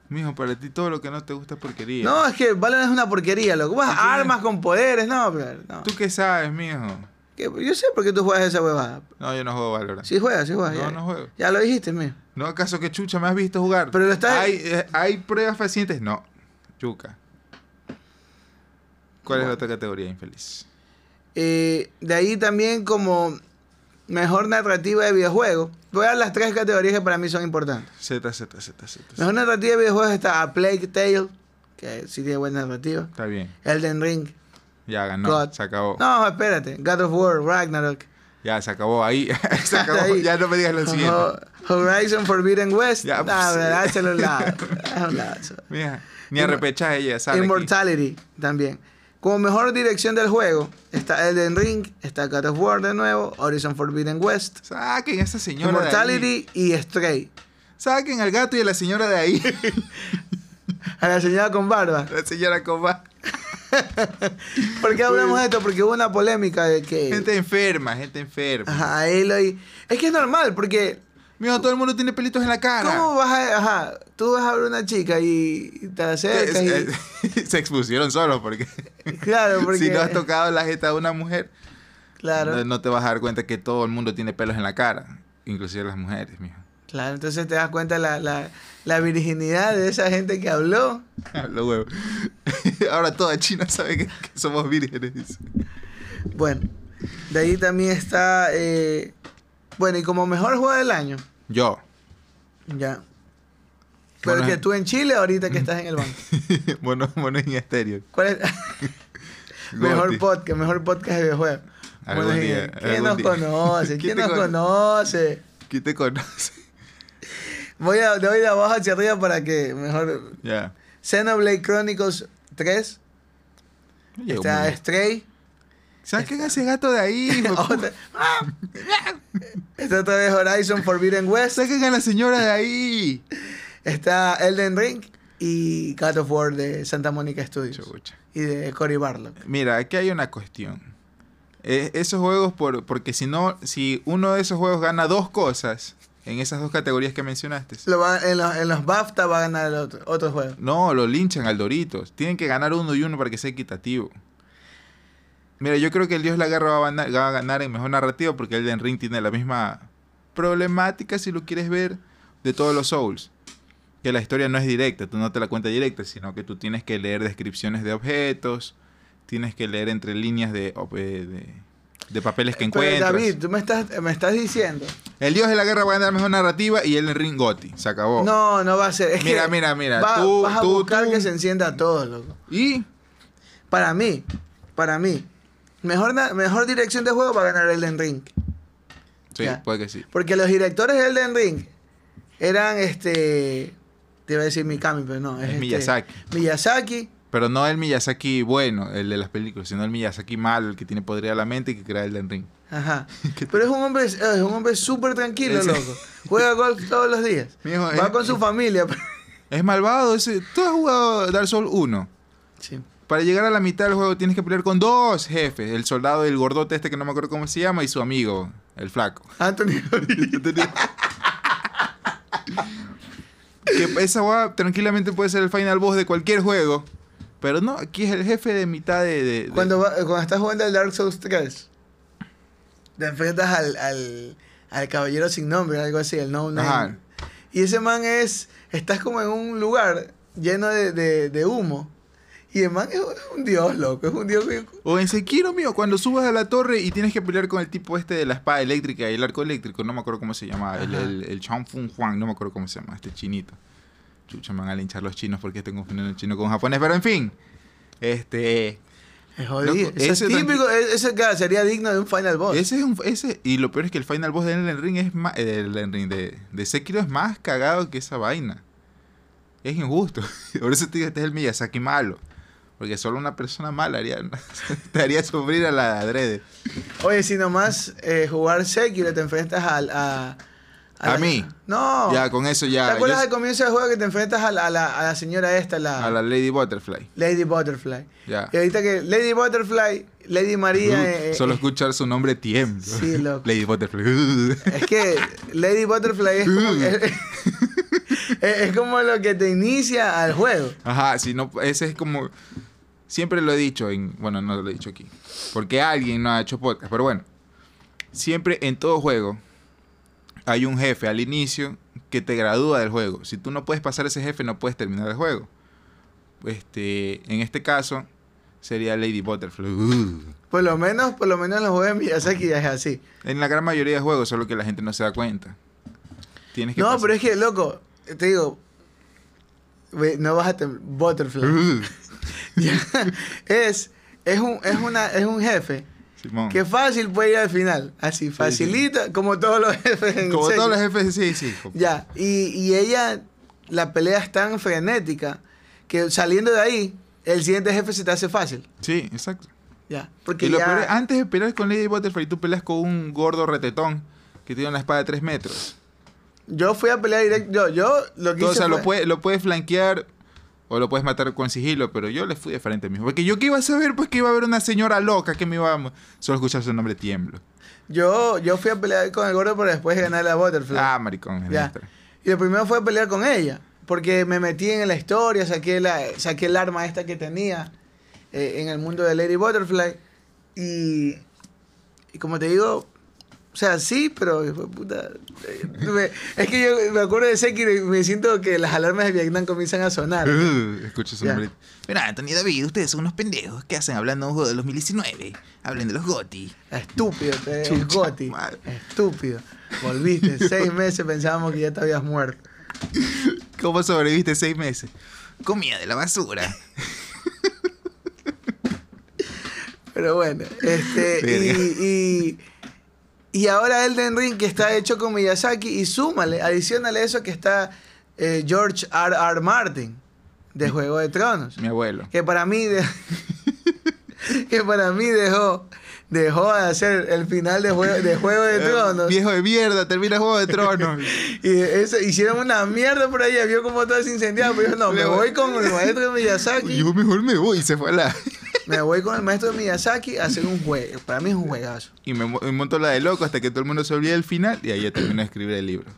[SPEAKER 2] Mijo, para ti todo lo que no te gusta es porquería.
[SPEAKER 1] No, es que Valorant es una porquería, loco. Vas
[SPEAKER 2] ¿Y qué?
[SPEAKER 1] a armas con poderes, no, pero no.
[SPEAKER 2] ¿Tú qué sabes, mijo?
[SPEAKER 1] ¿Qué? Yo sé por qué tú juegas esa huevada.
[SPEAKER 2] No, yo no juego Valorant.
[SPEAKER 1] Sí pues, eh. juegas, sí juegas.
[SPEAKER 2] no,
[SPEAKER 1] ya.
[SPEAKER 2] no juego.
[SPEAKER 1] Ya lo dijiste, mío.
[SPEAKER 2] ¿No acaso que chucha me has visto jugar?
[SPEAKER 1] Pero lo estás-
[SPEAKER 2] ¿Hay, eh, ¿Hay pruebas fehacientes? No. Yuca. ¿Cuál es la
[SPEAKER 1] Bueno.
[SPEAKER 2] otra categoría, infeliz?
[SPEAKER 1] Eh, de ahí también como mejor narrativa de videojuegos. Voy a dar las tres categorías que para mí son importantes.
[SPEAKER 2] Z, Z, Z, Z.
[SPEAKER 1] Mejor narrativa de videojuegos está A Plague Tale, que sí tiene buena narrativa.
[SPEAKER 2] Está bien.
[SPEAKER 1] Elden Ring.
[SPEAKER 2] Ya ganó.
[SPEAKER 1] God.
[SPEAKER 2] Se acabó.
[SPEAKER 1] No, espérate. God of War, Ragnarok.
[SPEAKER 2] Ya se acabó ahí. [laughs] se
[SPEAKER 1] Hasta
[SPEAKER 2] acabó.
[SPEAKER 1] ahí.
[SPEAKER 2] Ya no me digas lo siguiente.
[SPEAKER 1] Ho- Horizon Forbidden West.
[SPEAKER 2] Ya,
[SPEAKER 1] Ya,
[SPEAKER 2] pues, sí.
[SPEAKER 1] verdad, es un
[SPEAKER 2] [laughs]
[SPEAKER 1] lado. Hazlo a un lado.
[SPEAKER 2] Mira, ni
[SPEAKER 1] Inmo-
[SPEAKER 2] a repechar ella, ¿sabes?
[SPEAKER 1] Immortality también. Como mejor dirección del juego está Elden Ring, está God of War de nuevo, Horizon Forbidden West,
[SPEAKER 2] Saquen a esa señora. De ahí.
[SPEAKER 1] Immortality y Stray.
[SPEAKER 2] Saquen al gato y a la señora de ahí. [laughs]
[SPEAKER 1] A la señora con barba.
[SPEAKER 2] la señora Coba.
[SPEAKER 1] ¿Por qué hablamos de esto? Porque hubo una polémica de
[SPEAKER 2] Pues- Gente
[SPEAKER 1] que
[SPEAKER 2] enferma, gente enferma.
[SPEAKER 1] ajá, a Eloy. Es que es normal, porque
[SPEAKER 2] Mijo, todo el mundo tiene pelitos en la cara.
[SPEAKER 1] ¿cómo vas a. Ajá, tú vas a ver una chica y y te la
[SPEAKER 2] Es-
[SPEAKER 1] acercas y-
[SPEAKER 2] es- eh, [laughs] se expusieron solos porque,
[SPEAKER 1] Claro, porque.
[SPEAKER 2] [laughs] si no has tocado la jeta de una mujer,
[SPEAKER 1] Claro.
[SPEAKER 2] no, no te vas a dar cuenta que todo el mundo tiene pelos en la cara, inclusive las mujeres, mijo. [laughs]
[SPEAKER 1] Claro, entonces te das cuenta la, la, la virginidad de esa gente que habló.
[SPEAKER 2] Lo huevo. [laughs] Ahora toda China sabe que, que somos vírgenes.
[SPEAKER 1] Bueno, de ahí también está. eh, bueno, y como mejor juego del año,
[SPEAKER 2] Yo. [laughs]
[SPEAKER 1] ya. Pero
[SPEAKER 2] Bueno,
[SPEAKER 1] que
[SPEAKER 2] eh.
[SPEAKER 1] tú en Chile, ahorita que estás en el banco.
[SPEAKER 2] mono, mono en estéreo.
[SPEAKER 1] ¿Cuál
[SPEAKER 2] [laughs]
[SPEAKER 1] es? mejor
[SPEAKER 2] Goti.
[SPEAKER 1] podcast, mejor podcast de videojuegos.
[SPEAKER 2] Algún
[SPEAKER 1] Bueno,
[SPEAKER 2] día,
[SPEAKER 1] ¿quién
[SPEAKER 2] algún
[SPEAKER 1] nos
[SPEAKER 2] día.
[SPEAKER 1] conoce?
[SPEAKER 2] [laughs] ¿Quién
[SPEAKER 1] ¿Quién
[SPEAKER 2] te
[SPEAKER 1] nos
[SPEAKER 2] cono-
[SPEAKER 1] conoce?
[SPEAKER 2] ¿Quién te conoce?
[SPEAKER 1] Voy a, de, voy de abajo hacia arriba para que mejor.
[SPEAKER 2] Ya.
[SPEAKER 1] Xenoblade Chronicles 3.
[SPEAKER 2] No llego muy
[SPEAKER 1] Está
[SPEAKER 2] bien.
[SPEAKER 1] Stray.
[SPEAKER 2] Saquen a ese gato de ahí.
[SPEAKER 1] [laughs]
[SPEAKER 2] hijo de [laughs] puta.
[SPEAKER 1] Otra- está Ah. otra vez Horizon Forbidden West.
[SPEAKER 2] Saquen a la señora de ahí.
[SPEAKER 1] Está Elden Ring y God of War de Santa Mónica Studios.
[SPEAKER 2] Chucha.
[SPEAKER 1] Y de Cory Barlow.
[SPEAKER 2] Mira, aquí hay una cuestión. Eh, esos juegos, por, porque si no, si uno de esos juegos gana dos cosas en esas dos categorías que mencionaste,
[SPEAKER 1] Lo va- en, los, en los BAFTA va a ganar el otro, otro juego.
[SPEAKER 2] no, lo linchan al Doritos. Tienen que ganar uno y uno para que sea equitativo. Mira, yo creo que el Dios la Guerra va a ganar, va a ganar en mejor narrativa porque Elden Ring tiene la misma problemática, si lo quieres ver, de todos los Souls. Que la historia no es directa, tú no te la cuenta directa, sino que tú tienes que leer descripciones de objetos, tienes que leer entre líneas de, ob- eh, de, de papeles que
[SPEAKER 1] Eh, Pero
[SPEAKER 2] encuentras.
[SPEAKER 1] David, tú me estás, me estás diciendo.
[SPEAKER 2] El Dios de la Guerra va a ganar mejor narrativa y Elden Ring Gotti. Se acabó.
[SPEAKER 1] No, no va a ser. es
[SPEAKER 2] Oh. Mira,
[SPEAKER 1] que
[SPEAKER 2] mira, mira,
[SPEAKER 1] va-
[SPEAKER 2] tú-
[SPEAKER 1] vas a
[SPEAKER 2] tú-
[SPEAKER 1] buscar
[SPEAKER 2] tú.
[SPEAKER 1] que se encienda todo, loco.
[SPEAKER 2] Y
[SPEAKER 1] Para mí, para mí, mejor, na- mejor dirección de juego va a ganar Elden Ring.
[SPEAKER 2] sí,
[SPEAKER 1] Ya.
[SPEAKER 2] puede que sí.
[SPEAKER 1] Porque los directores de Elden Ring eran este. Te iba a decir Mikami, pero no. Es,
[SPEAKER 2] Es
[SPEAKER 1] este,
[SPEAKER 2] Miyazaki.
[SPEAKER 1] Miyazaki.
[SPEAKER 2] Pero no el Miyazaki bueno, el de las películas, sino el Miyazaki malo, el que tiene podrida la mente y que crea el Ring.
[SPEAKER 1] Ajá.
[SPEAKER 2] [laughs]
[SPEAKER 1] Pero es un hombre, es un hombre súper tranquilo,
[SPEAKER 2] Ese-
[SPEAKER 1] loco. Juega golf todos los días.
[SPEAKER 2] [laughs] Mijo,
[SPEAKER 1] Va
[SPEAKER 2] es-
[SPEAKER 1] con su familia. [laughs] pero-
[SPEAKER 2] Es malvado ese. Tú has jugado Dark Souls 1.
[SPEAKER 1] Sí.
[SPEAKER 2] Para llegar a la mitad del juego tienes que pelear con dos jefes. El soldado y el gordote este que no me acuerdo cómo se llama y su amigo, el flaco. [laughs]
[SPEAKER 1] Anthony.
[SPEAKER 2] Que esa hueá tranquilamente puede ser el final boss de cualquier juego. Pero no, aquí es el jefe de mitad de... de- de-
[SPEAKER 1] cuando, va- cuando estás jugando al Dark Souls 3, te enfrentas al, al, al caballero sin nombre, algo así, el no name.
[SPEAKER 2] Ajá.
[SPEAKER 1] Y ese man es. Estás como en un lugar lleno de, de- de humo. Y el man es un- es un dios, loco. Es un dios. que-
[SPEAKER 2] O en Sekiro, mío, cuando subas a la torre y tienes que pelear con el tipo este de la espada eléctrica y el arco eléctrico, no me acuerdo cómo se llamaba, el,
[SPEAKER 1] Ajá.
[SPEAKER 2] el, el Chang Fun Juan, no me acuerdo cómo se llama, este chinito. Chucha, me van a linchar los chinos porque estoy confundiendo el chino con japonés, pero en fin. Este,
[SPEAKER 1] Es jodido.
[SPEAKER 2] Loco,
[SPEAKER 1] Eso
[SPEAKER 2] ese
[SPEAKER 1] es típico. e- Eso claro, sería digno de un final boss.
[SPEAKER 2] ese es un, ese, y lo peor es que el final boss de Elden Ring es más, Elden Ring de, de Sekiro es más cagado que esa vaina. Es injusto. [laughs] Por eso te digo, este es el Miyazaki malo. Porque solo una persona mala haría, [laughs] te haría sufrir a la adrede.
[SPEAKER 1] Oye, si nomás eh, jugar Sekiro te enfrentas al, a...
[SPEAKER 2] ¿A
[SPEAKER 1] la-
[SPEAKER 2] mí?
[SPEAKER 1] No.
[SPEAKER 2] Ya, con eso ya.
[SPEAKER 1] Oh. ¿Te
[SPEAKER 2] yo-
[SPEAKER 1] acuerdas al comienzo del juego que te enfrentas a la, a la, a la señora esta, la,
[SPEAKER 2] A la Lady Butterfly.
[SPEAKER 1] Lady Butterfly?
[SPEAKER 2] Ya.
[SPEAKER 1] Y ahorita que Lady Butterfly Lady María. eh, eh,
[SPEAKER 2] Solo escuchar su nombre tiembla.
[SPEAKER 1] Sí, loco.
[SPEAKER 2] Lady Butterfly. [laughs]
[SPEAKER 1] eh, Es que Lady Butterfly es como,
[SPEAKER 2] Mm.
[SPEAKER 1] es, [laughs] es como lo que te inicia al juego.
[SPEAKER 2] Ajá, si no, ese es como. Siempre lo he dicho, en, bueno, no lo he dicho aquí, porque alguien no ha hecho podcast, pero bueno. Siempre en todo juego hay un jefe al inicio que te gradúa del juego. Si tú no puedes pasar ese jefe, no puedes terminar el juego. Este, en este caso, sería Lady Butterfly. [laughs]
[SPEAKER 1] Por lo menos, por lo menos en los juegos de Miyazaki ya es así.
[SPEAKER 2] En la gran mayoría de juegos, solo que la gente no se da cuenta. Tienes que
[SPEAKER 1] No,
[SPEAKER 2] pasar-
[SPEAKER 1] pero es que, loco, te digo, ve, no vas a tem- Butterfly. [laughs] Ya. es, es, un, es, una, es un jefe
[SPEAKER 2] [laughs] Simón.
[SPEAKER 1] que fácil puede ir al final. Así, facilita, como todos los jefes en
[SPEAKER 2] Como
[SPEAKER 1] serio.
[SPEAKER 2] todos los jefes, sí, sí.
[SPEAKER 1] [laughs]
[SPEAKER 2] compa.
[SPEAKER 1] Ya, y, y ella, la pelea es tan frenética que saliendo de ahí, el siguiente jefe se te hace fácil.
[SPEAKER 2] Sí, exacto.
[SPEAKER 1] Ya, porque
[SPEAKER 2] y lo
[SPEAKER 1] ya-
[SPEAKER 2] peor es, Ah. antes de pelear con Lady Butterfly, tú peleas con un gordo retetón que tiene una espada de 3 metros.
[SPEAKER 1] yo fui a pelear directo. Yo, yo lo que
[SPEAKER 2] Entonces, o
[SPEAKER 1] hice
[SPEAKER 2] sea, lo, pues-
[SPEAKER 1] fue-
[SPEAKER 2] puede, lo puedes flanquear o lo puedes matar con sigilo, pero yo le fui de frente mismo. Porque yo qué iba a saber, pues que iba a haber una señora loca que me iba a... Solo escuchar su nombre tiemblo.
[SPEAKER 1] yo, yo fui a pelear con el gordo, pero después gané la Butterfly.
[SPEAKER 2] Ah, maricón. es
[SPEAKER 1] Ya.
[SPEAKER 2] nuestra.
[SPEAKER 1] Y lo primero fue pelear con ella, porque me metí en la historia, saqué, la, saqué el arma esta que tenía eh, en el mundo de Lady Butterfly. Y, y como te digo, o sea, sí, pero hijo de puta, eh, me- es que yo me acuerdo de Sekiro y me siento que las alarmas de Vietnam comienzan a sonar.
[SPEAKER 2] Uh, escucho su
[SPEAKER 1] Ya.
[SPEAKER 2] nombre. Mira, Anthony y David, ustedes son unos pendejos. ¿Qué hacen hablando de un juego de 2019? Hablen de los GOTI.
[SPEAKER 1] Estúpido, te
[SPEAKER 2] Chucha,
[SPEAKER 1] Goti.
[SPEAKER 2] madre.
[SPEAKER 1] Estúpido. Volviste, seis meses pensábamos que ya te habías muerto.
[SPEAKER 2] ¿Cómo sobreviviste seis meses? Comida de la basura. [laughs]
[SPEAKER 1] Pero bueno, este.
[SPEAKER 2] Verga.
[SPEAKER 1] Y, y, y ahora Elden Ring, que está hecho con Miyazaki, y súmale, adicionale eso que está eh, George R. R. Martin, de Juego de Tronos.
[SPEAKER 2] Mi abuelo.
[SPEAKER 1] Que para mí. de- [laughs] que para mí dejó. Dejó de hacer el final de Juego de, Juego
[SPEAKER 2] [laughs]
[SPEAKER 1] de
[SPEAKER 2] Eh,
[SPEAKER 1] Tronos.
[SPEAKER 2] viejo de mierda, termina el juego
[SPEAKER 1] [laughs]
[SPEAKER 2] de tronos.
[SPEAKER 1] Y eso, hicieron una mierda por allá. Vio como todo se incendiaba. Pero yo no, me
[SPEAKER 2] Le voy-
[SPEAKER 1] voy con el maestro de
[SPEAKER 2] [laughs]
[SPEAKER 1] Miyazaki.
[SPEAKER 2] Yo mejor me voy y se fue a la.
[SPEAKER 1] Me voy con el maestro de Miyazaki a hacer un juego. Para mí es un juegazo.
[SPEAKER 2] Y me, mo- me monto la de loco hasta que todo el mundo se olvide el final y ahí ya termino de escribir el libro.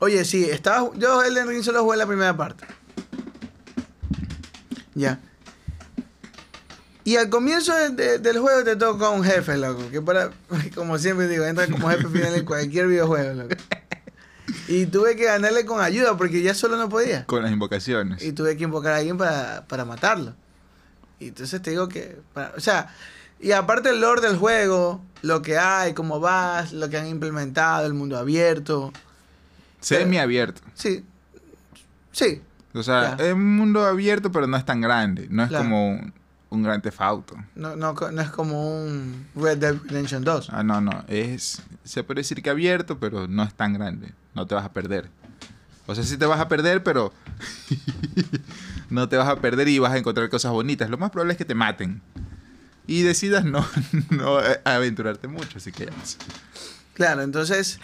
[SPEAKER 1] Oye, sí, estaba, yo Elden Ring solo jugué la primera parte. Ya. Y al comienzo de- de- del juego te toca un jefe, loco. Que para, [laughs] como siempre digo, entra como jefe final en cualquier videojuego, loco. Y tuve que ganarle con ayuda porque ya solo no podía.
[SPEAKER 2] Con las invocaciones.
[SPEAKER 1] Y tuve que invocar a alguien para, para matarlo. Y entonces te digo que. para- o sea, y aparte el lore del juego, lo que hay, cómo vas, lo que han implementado, el mundo abierto.
[SPEAKER 2] Semiabierto.
[SPEAKER 1] Sí. Sí.
[SPEAKER 2] O sea,
[SPEAKER 1] Ya.
[SPEAKER 2] es un mundo abierto, pero no es tan grande. No es
[SPEAKER 1] Claro.
[SPEAKER 2] como un, un gran tefauto.
[SPEAKER 1] No, no, co- no es como un Red Dead Redemption 2.
[SPEAKER 2] Ah, no, no. Es. Se puede decir que abierto, pero no es tan grande. No te vas a perder. O sea, sí te vas a perder, pero. [laughs] no te vas a perder y vas a encontrar cosas bonitas. Lo más probable es que te maten. Y decidas no, [laughs] no aventurarte mucho, así que ya no sé.
[SPEAKER 1] Claro, entonces.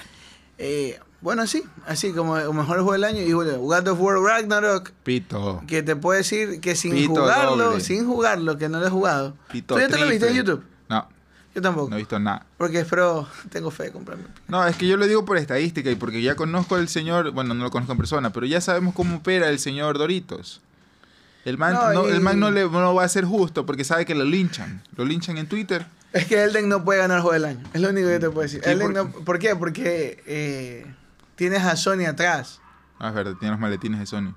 [SPEAKER 1] eh, bueno, sí. Así como el mejor juego del año. Y bueno, God of War Ragnarok.
[SPEAKER 2] Pito.
[SPEAKER 1] Que te puedo decir que sin
[SPEAKER 2] Pito
[SPEAKER 1] jugarlo,
[SPEAKER 2] doble.
[SPEAKER 1] sin jugarlo, que no lo he jugado.
[SPEAKER 2] Pito
[SPEAKER 1] ¿Tú ya te lo viste en
[SPEAKER 2] triple.
[SPEAKER 1] YouTube?
[SPEAKER 2] No,
[SPEAKER 1] Yo tampoco.
[SPEAKER 2] no he visto nada.
[SPEAKER 1] Porque espero, tengo fe de comprarme.
[SPEAKER 2] No, es que yo lo digo por estadística y porque ya conozco al señor, bueno, no lo conozco en persona, pero ya sabemos cómo opera el señor Doritos. El man
[SPEAKER 1] No,
[SPEAKER 2] no, el man
[SPEAKER 1] y-
[SPEAKER 2] no le no va a ser justo porque sabe que lo linchan. Lo linchan en Twitter.
[SPEAKER 1] Es que Elden no puede ganar juego del año. Es lo único que yo te puedo decir.
[SPEAKER 2] ¿Y
[SPEAKER 1] Elden
[SPEAKER 2] por-
[SPEAKER 1] no- ¿Por qué? Porque eh, tienes a Sony atrás.
[SPEAKER 2] Ah, es verdad, tiene los maletines de Sony.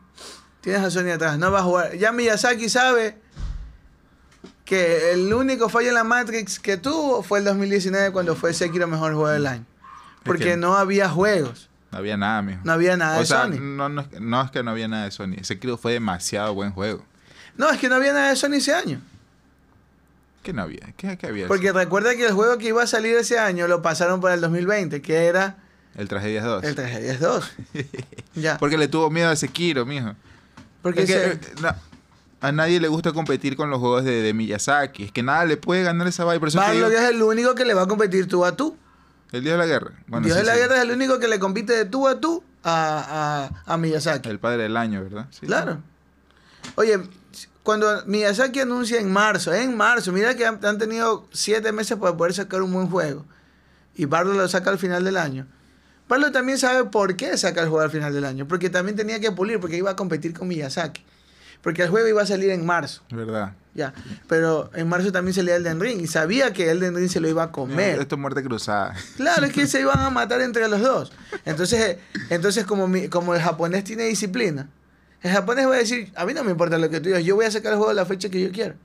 [SPEAKER 1] Tienes a Sony atrás, no va a jugar. Ya Miyazaki sabe que el único fallo en la Matrix que tuvo fue el 2019 cuando fue Sekiro mejor juego del año. Porque
[SPEAKER 2] que-
[SPEAKER 1] no había juegos,
[SPEAKER 2] No había nada, mijo.
[SPEAKER 1] no había nada
[SPEAKER 2] o
[SPEAKER 1] de
[SPEAKER 2] sea,
[SPEAKER 1] Sony.
[SPEAKER 2] No, no, es que- no es que no había nada de Sony. Ese creo fue demasiado buen juego.
[SPEAKER 1] No, es que no había nada de Sony ese año.
[SPEAKER 2] ¿Qué no había? ¿Qué, qué había?
[SPEAKER 1] Porque recuerda que el juego que iba a salir ese año lo pasaron para el 2020, que era
[SPEAKER 2] El Tragedias 2.
[SPEAKER 1] el Tragedias
[SPEAKER 2] [laughs]
[SPEAKER 1] 2. ya.
[SPEAKER 2] Porque le tuvo miedo a Sekiro, mijo.
[SPEAKER 1] Porque
[SPEAKER 2] Es que,
[SPEAKER 1] ese-
[SPEAKER 2] eh, na- a nadie le gusta competir con los juegos de, de Miyazaki. Es que nada le puede ganar esa vibe. Por eso te
[SPEAKER 1] Pablo
[SPEAKER 2] digo,
[SPEAKER 1] que es el único que le va a competir tú a tú.
[SPEAKER 2] El Dios de la Guerra. Bueno,
[SPEAKER 1] Dios
[SPEAKER 2] sí,
[SPEAKER 1] de la
[SPEAKER 2] sí.
[SPEAKER 1] Guerra es el único que le compite de tú a tú a, a, a Miyazaki.
[SPEAKER 2] El padre del año, ¿verdad? Sí.
[SPEAKER 1] Claro. Oye, cuando Miyazaki anuncia en marzo, en marzo, mira que han, han tenido siete meses para poder sacar un buen juego. Y Bardo lo saca al final del año. Bardo también sabe por qué saca el juego al final del año. Porque también tenía que pulir, porque iba a competir con Miyazaki. Porque el juego iba a salir en marzo.
[SPEAKER 2] ¿Verdad?
[SPEAKER 1] Ya. Pero en marzo también salía Elden Ring. Y sabía que Elden Ring se lo iba a comer.
[SPEAKER 2] Esto es muerte
[SPEAKER 1] [laughs]
[SPEAKER 2] cruzada.
[SPEAKER 1] Claro, es que se iban a matar entre los dos. Entonces, eh, entonces como, mi- como el japonés tiene disciplina, el japonés va a decir, a mí no me importa lo que tú digas, yo voy a sacar el juego a la fecha que yo quiero.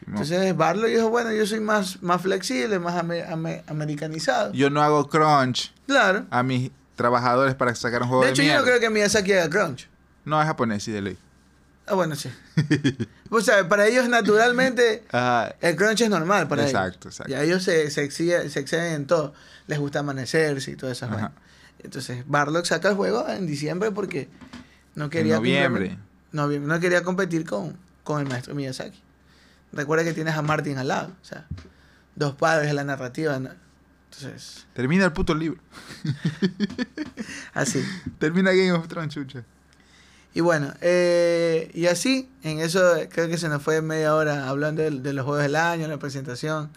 [SPEAKER 2] Simón.
[SPEAKER 1] Entonces Barlow dijo, bueno, yo soy más, más flexible, más ame- ame- americanizado.
[SPEAKER 2] Yo no hago crunch
[SPEAKER 1] Claro.
[SPEAKER 2] a mis trabajadores para sacar un juego
[SPEAKER 1] De
[SPEAKER 2] de,
[SPEAKER 1] hecho, yo
[SPEAKER 2] mierda.
[SPEAKER 1] no creo que Miyazaki haga crunch.
[SPEAKER 2] No, es japonés, sí, de ley.
[SPEAKER 1] Ah, bueno,
[SPEAKER 2] [laughs]
[SPEAKER 1] sí. o sea, para ellos naturalmente
[SPEAKER 2] Ajá.
[SPEAKER 1] el crunch es normal para
[SPEAKER 2] Ah, Exacto,
[SPEAKER 1] ellos.
[SPEAKER 2] exacto.
[SPEAKER 1] Ah, Ya ellos se, se, exige- se exceden en todo. Les gusta amanecerse y todas esas
[SPEAKER 2] Ajá.
[SPEAKER 1] vainas. Entonces, Barlock saca el juego en diciembre porque no
[SPEAKER 2] en
[SPEAKER 1] quería...
[SPEAKER 2] noviembre.
[SPEAKER 1] noviembre, no quería competir con, con el maestro Miyazaki. Recuerda que tienes a Martin al lado, o sea, dos padres de la narrativa. ¿no? Entonces,
[SPEAKER 2] Termina el puto libro. [laughs]
[SPEAKER 1] así.
[SPEAKER 2] Termina Game of Thrones, chucha.
[SPEAKER 1] Y bueno, eh, y así, en eso creo que se nos fue media hora hablando de, de los juegos del año, la presentación.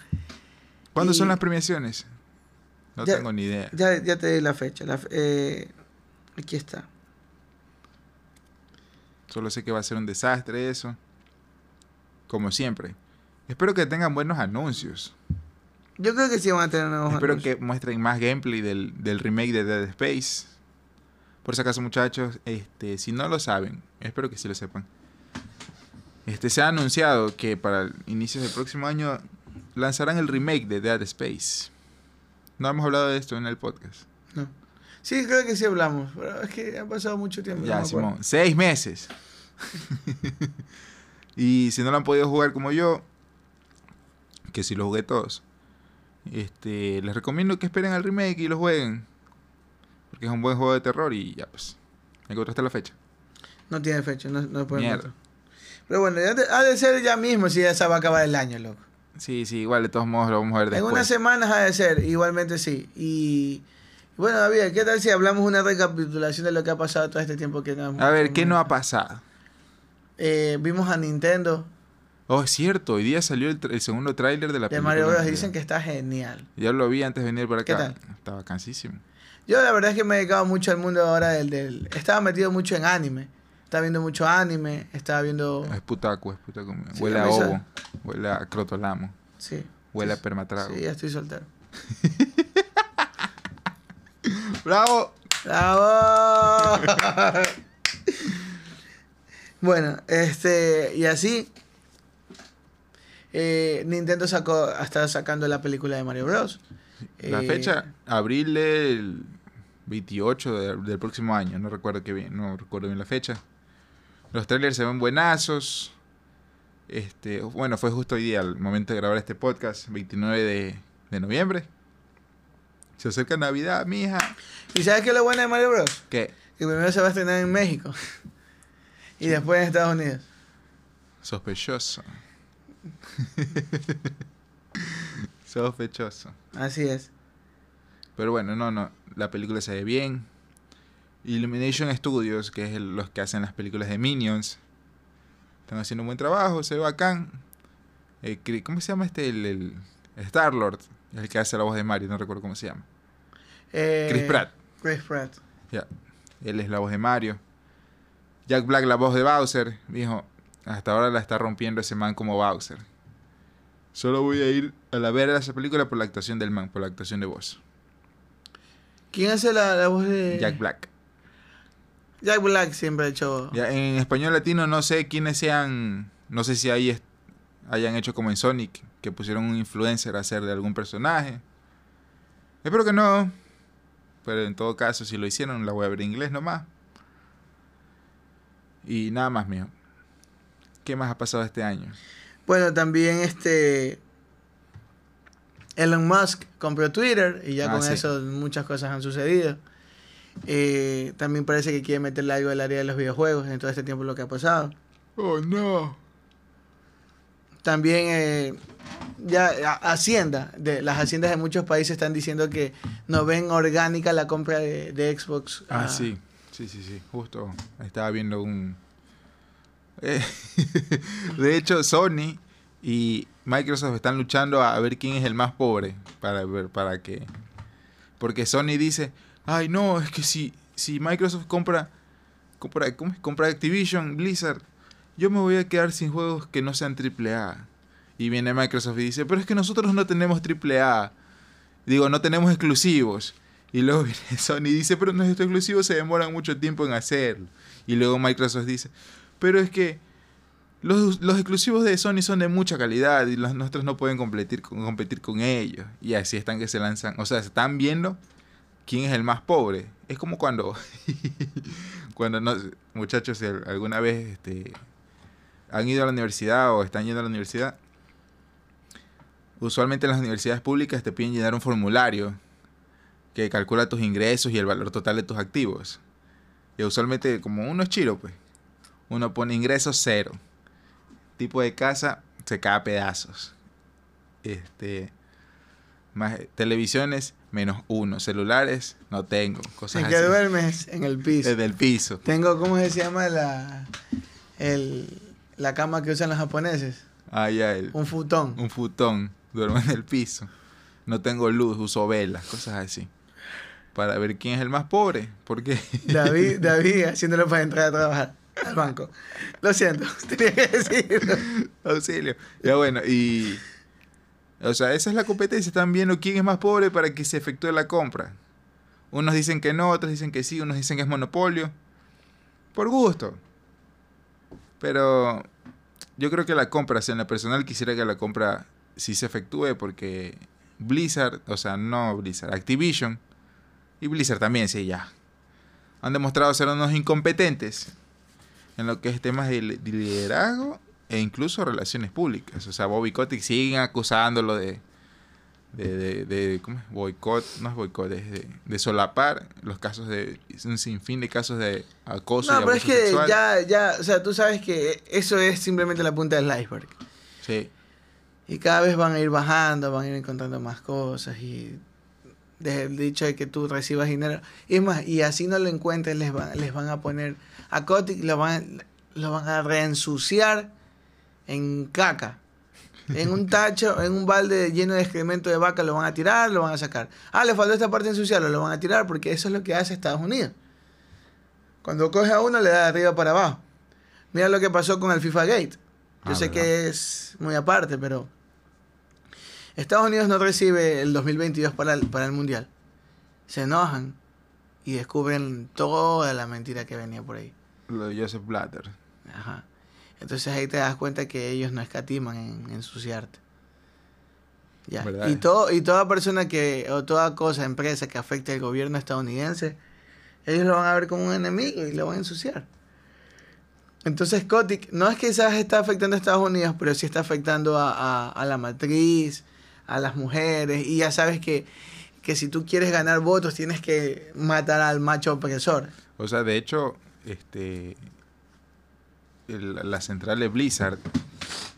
[SPEAKER 2] ¿Cuándo
[SPEAKER 1] Y-
[SPEAKER 2] son las premiaciones? No
[SPEAKER 1] Ya-
[SPEAKER 2] tengo ni idea.
[SPEAKER 1] Ya, ya te di la fecha. la fe- eh, aquí está.
[SPEAKER 2] Solo sé que va a ser un desastre eso. Como siempre. Espero que tengan buenos anuncios.
[SPEAKER 1] Yo creo que sí van a tener nuevos
[SPEAKER 2] Espero
[SPEAKER 1] anuncios.
[SPEAKER 2] que muestren más gameplay del, del remake de Dead Space. Por si acaso, muchachos, este, si no lo saben, espero que sí lo sepan. Este, se ha anunciado que para inicios del próximo año lanzarán el remake de Dead Space. No hemos hablado de esto en el podcast.
[SPEAKER 1] No. Sí, creo que sí hablamos, pero es que ha pasado mucho tiempo. no
[SPEAKER 2] Ya,
[SPEAKER 1] me acuerdo.
[SPEAKER 2] Simón, seis meses. [laughs] y si no lo han podido jugar como yo, que si lo jugué todos, este, les recomiendo que esperen al remake y lo jueguen. Porque es un buen juego de terror y ya pues. Encontraste la fecha.
[SPEAKER 1] No tiene fecha, no, no podemos.
[SPEAKER 2] Mierda.
[SPEAKER 1] Pero bueno, ya te- ha de ser ya mismo si ya se va a acabar el año, loco.
[SPEAKER 2] Sí, sí, igual de todos modos lo vamos a ver
[SPEAKER 1] En
[SPEAKER 2] después.
[SPEAKER 1] unas semanas ha de ser, igualmente sí. Y bueno, David, ¿qué tal si hablamos una recapitulación de lo que ha pasado todo este tiempo que no hemos-
[SPEAKER 2] A ver, ¿qué no ha pasado?
[SPEAKER 1] Eh, vimos a Nintendo
[SPEAKER 2] Oh, es cierto, hoy día salió el, tra- el segundo tráiler de la
[SPEAKER 1] de
[SPEAKER 2] película.
[SPEAKER 1] Mario Bros. Dicen que está genial.
[SPEAKER 2] Ya lo vi antes de venir para acá.
[SPEAKER 1] ¿Qué
[SPEAKER 2] Estaba cansísimo.
[SPEAKER 1] Yo la verdad es que me he dedicado mucho al mundo ahora del... del estaba metido mucho en anime. Estaba viendo mucho anime, estaba viendo...
[SPEAKER 2] Es putaco, es putaco.
[SPEAKER 1] Oh. Sí,
[SPEAKER 2] Huele
[SPEAKER 1] a
[SPEAKER 2] a
[SPEAKER 1] mí
[SPEAKER 2] ovo,
[SPEAKER 1] sabe.
[SPEAKER 2] huele a crotolamo.
[SPEAKER 1] Sí.
[SPEAKER 2] Huele a
[SPEAKER 1] Sí,
[SPEAKER 2] permatrago.
[SPEAKER 1] Sí, ya estoy soltero.
[SPEAKER 2] ¡Bravo!
[SPEAKER 1] ¡Bravo! [laughs] bueno, este, y así. eh, Nintendo sacó, está sacando la película de Mario Bros.
[SPEAKER 2] La
[SPEAKER 1] Eh,
[SPEAKER 2] fecha, abril del 28 de- del próximo año. No recuerdo, que bien, no recuerdo bien la fecha. Los trailers se ven buenazos. Este, bueno, fue justo hoy día, al momento de grabar este podcast, 29 de, de noviembre. Se acerca Navidad, mija.
[SPEAKER 1] ¿Y sabes qué es lo bueno de Mario Bros?
[SPEAKER 2] Que
[SPEAKER 1] Que primero se va a estrenar en México [laughs] y después en Estados Unidos.
[SPEAKER 2] sospechoso. [laughs] sospechoso.
[SPEAKER 1] Así es.
[SPEAKER 2] Pero bueno, no, no. La película se ve bien. Illumination Studios, que es el- los que hacen las películas de Minions, están haciendo un buen trabajo, se ve bacán. Eh, cre- ¿Cómo se llama este? El, Star Lord, el que hace la voz de Mario, no recuerdo cómo se llama.
[SPEAKER 1] Eh,
[SPEAKER 2] Chris Pratt,
[SPEAKER 1] Chris Pratt.
[SPEAKER 2] ya. Él es la voz de Mario. Jack Black, la voz de Bowser, dijo. Hasta ahora la está rompiendo ese man como Bowser. Solo voy a ir a la ver esa película por la actuación del man, por la actuación de voz.
[SPEAKER 1] ¿Quién hace la, la voz de
[SPEAKER 2] Jack Black.
[SPEAKER 1] Jack Black siempre ha hecho.
[SPEAKER 2] Ya, en español latino no sé quiénes sean, no sé si ahí es- hayan hecho como en Sonic, que pusieron un influencer a hacer de algún personaje. Espero que no, pero en todo caso si lo hicieron la voy a ver en inglés nomás. Y nada más, mío. ¿Qué más ha pasado este año?
[SPEAKER 1] Bueno, también este. Elon Musk compró Twitter y ya
[SPEAKER 2] Ah,
[SPEAKER 1] con
[SPEAKER 2] sí.
[SPEAKER 1] eso muchas cosas han sucedido. Eh, también parece que quiere meterle algo al área de los videojuegos en todo este tiempo lo que ha pasado.
[SPEAKER 2] Oh no.
[SPEAKER 1] También eh, ya a- Hacienda, de, las haciendas de muchos países están diciendo que no ven orgánica la compra de, de Xbox.
[SPEAKER 2] Ah,
[SPEAKER 1] a-
[SPEAKER 2] sí. Sí, sí, sí. Justo estaba viendo un, Eh, [laughs] de hecho, Sony y Microsoft están luchando a ver quién es el más pobre para ver para que porque Sony dice, "Ay, no, es que si si Microsoft compra compra ¿cómo es? compra Activision, Blizzard, yo me voy a quedar sin juegos que no sean AAA." Y viene Microsoft y dice, "Pero es que nosotros no tenemos AAA. Digo, no tenemos exclusivos." Y luego viene [laughs] Sony y dice, "Pero nuestros exclusivos se demoran mucho tiempo en hacerlo." Y luego Microsoft dice, "Pero es que los, los, exclusivos de Sony son de mucha calidad y los nuestros no pueden competir con, competir con ellos. Y así están que se lanzan. O sea, se están viendo quién es el más pobre. Es como cuando. cuando no. Muchachos, si alguna vez este, han ido a la universidad o están yendo a la universidad. Usualmente en las universidades públicas te piden llenar un formulario que calcula tus ingresos y el valor total de tus activos. Y usualmente, como uno es chiro, pues, uno pone ingresos cero tipo de casa se cae a pedazos. Este, más, televisiones, menos uno. Celulares, no tengo. Cosas
[SPEAKER 1] ¿En que
[SPEAKER 2] así.
[SPEAKER 1] duermes? En el piso.
[SPEAKER 2] Desde el piso.
[SPEAKER 1] Tengo, ¿cómo se llama la, el, la cama que usan los japoneses?
[SPEAKER 2] Ah, ya, el,
[SPEAKER 1] un futón.
[SPEAKER 2] Un futón. Duermo en el piso. No tengo luz, uso velas, cosas así. Para ver quién es el más pobre. Porque...
[SPEAKER 1] David, David haciéndolo para entrar a trabajar al banco. Lo siento, [laughs] tenía que decirlo.
[SPEAKER 2] [laughs] Auxilio. Ya bueno, y. O sea, esa es la competencia. Están viendo quién es más pobre para que se efectúe la compra. Unos dicen que no, otros dicen que sí, unos dicen que es monopolio. Por gusto. Pero yo creo que la compra, o sea, en la personal quisiera que la compra sí se efectúe porque Blizzard, o sea, no Blizzard, Activision y Blizzard también, sí, ya. Han demostrado ser unos incompetentes en lo que es temas de liderazgo e incluso relaciones públicas. O sea, Bobby Kotick siguen acusándolo de, de, de, de ¿cómo es? boicot, no es boicot, es de, de, solapar los casos de, un sinfín de casos de acoso.
[SPEAKER 1] No,
[SPEAKER 2] y
[SPEAKER 1] pero es que sexual. ya, ya, o sea, tú sabes que eso es simplemente la punta del iceberg.
[SPEAKER 2] Sí.
[SPEAKER 1] Y cada vez van a ir bajando, van a ir encontrando más cosas y desde el dicho de que tú recibas dinero. Y es más, y así no lo encuentres, les, va, les van a poner a Kotick, lo van, lo van a reensuciar en caca. En un tacho, en un balde lleno de excremento de vaca, lo van a tirar, lo van a sacar. Ah, le faltó esta parte ensuciarlo, lo van a tirar, porque eso es lo que hace Estados Unidos. Cuando coge a uno, le da de arriba para abajo. Mira lo que pasó con el FIFA Gate. Yo ah, sé verdad. que es muy aparte, pero. Estados Unidos no recibe el 2022 para el, para el Mundial. Se enojan y descubren toda la mentira que venía por ahí.
[SPEAKER 2] Lo de Joseph Blatter.
[SPEAKER 1] Ajá. Entonces ahí te das cuenta que ellos no escatiman en ensuciarte. Ya. ¿Verdad? Y, todo, y toda persona que, o toda cosa, empresa que afecte al gobierno estadounidense, ellos lo van a ver como un enemigo y lo van a ensuciar. Entonces Kotick, no es que quizás está afectando a Estados Unidos, pero sí está afectando a, a, a la matriz, a las mujeres. Y ya sabes que, que, si tú quieres ganar votos tienes que matar al macho opresor.
[SPEAKER 2] O sea, de hecho, este el, la central de Blizzard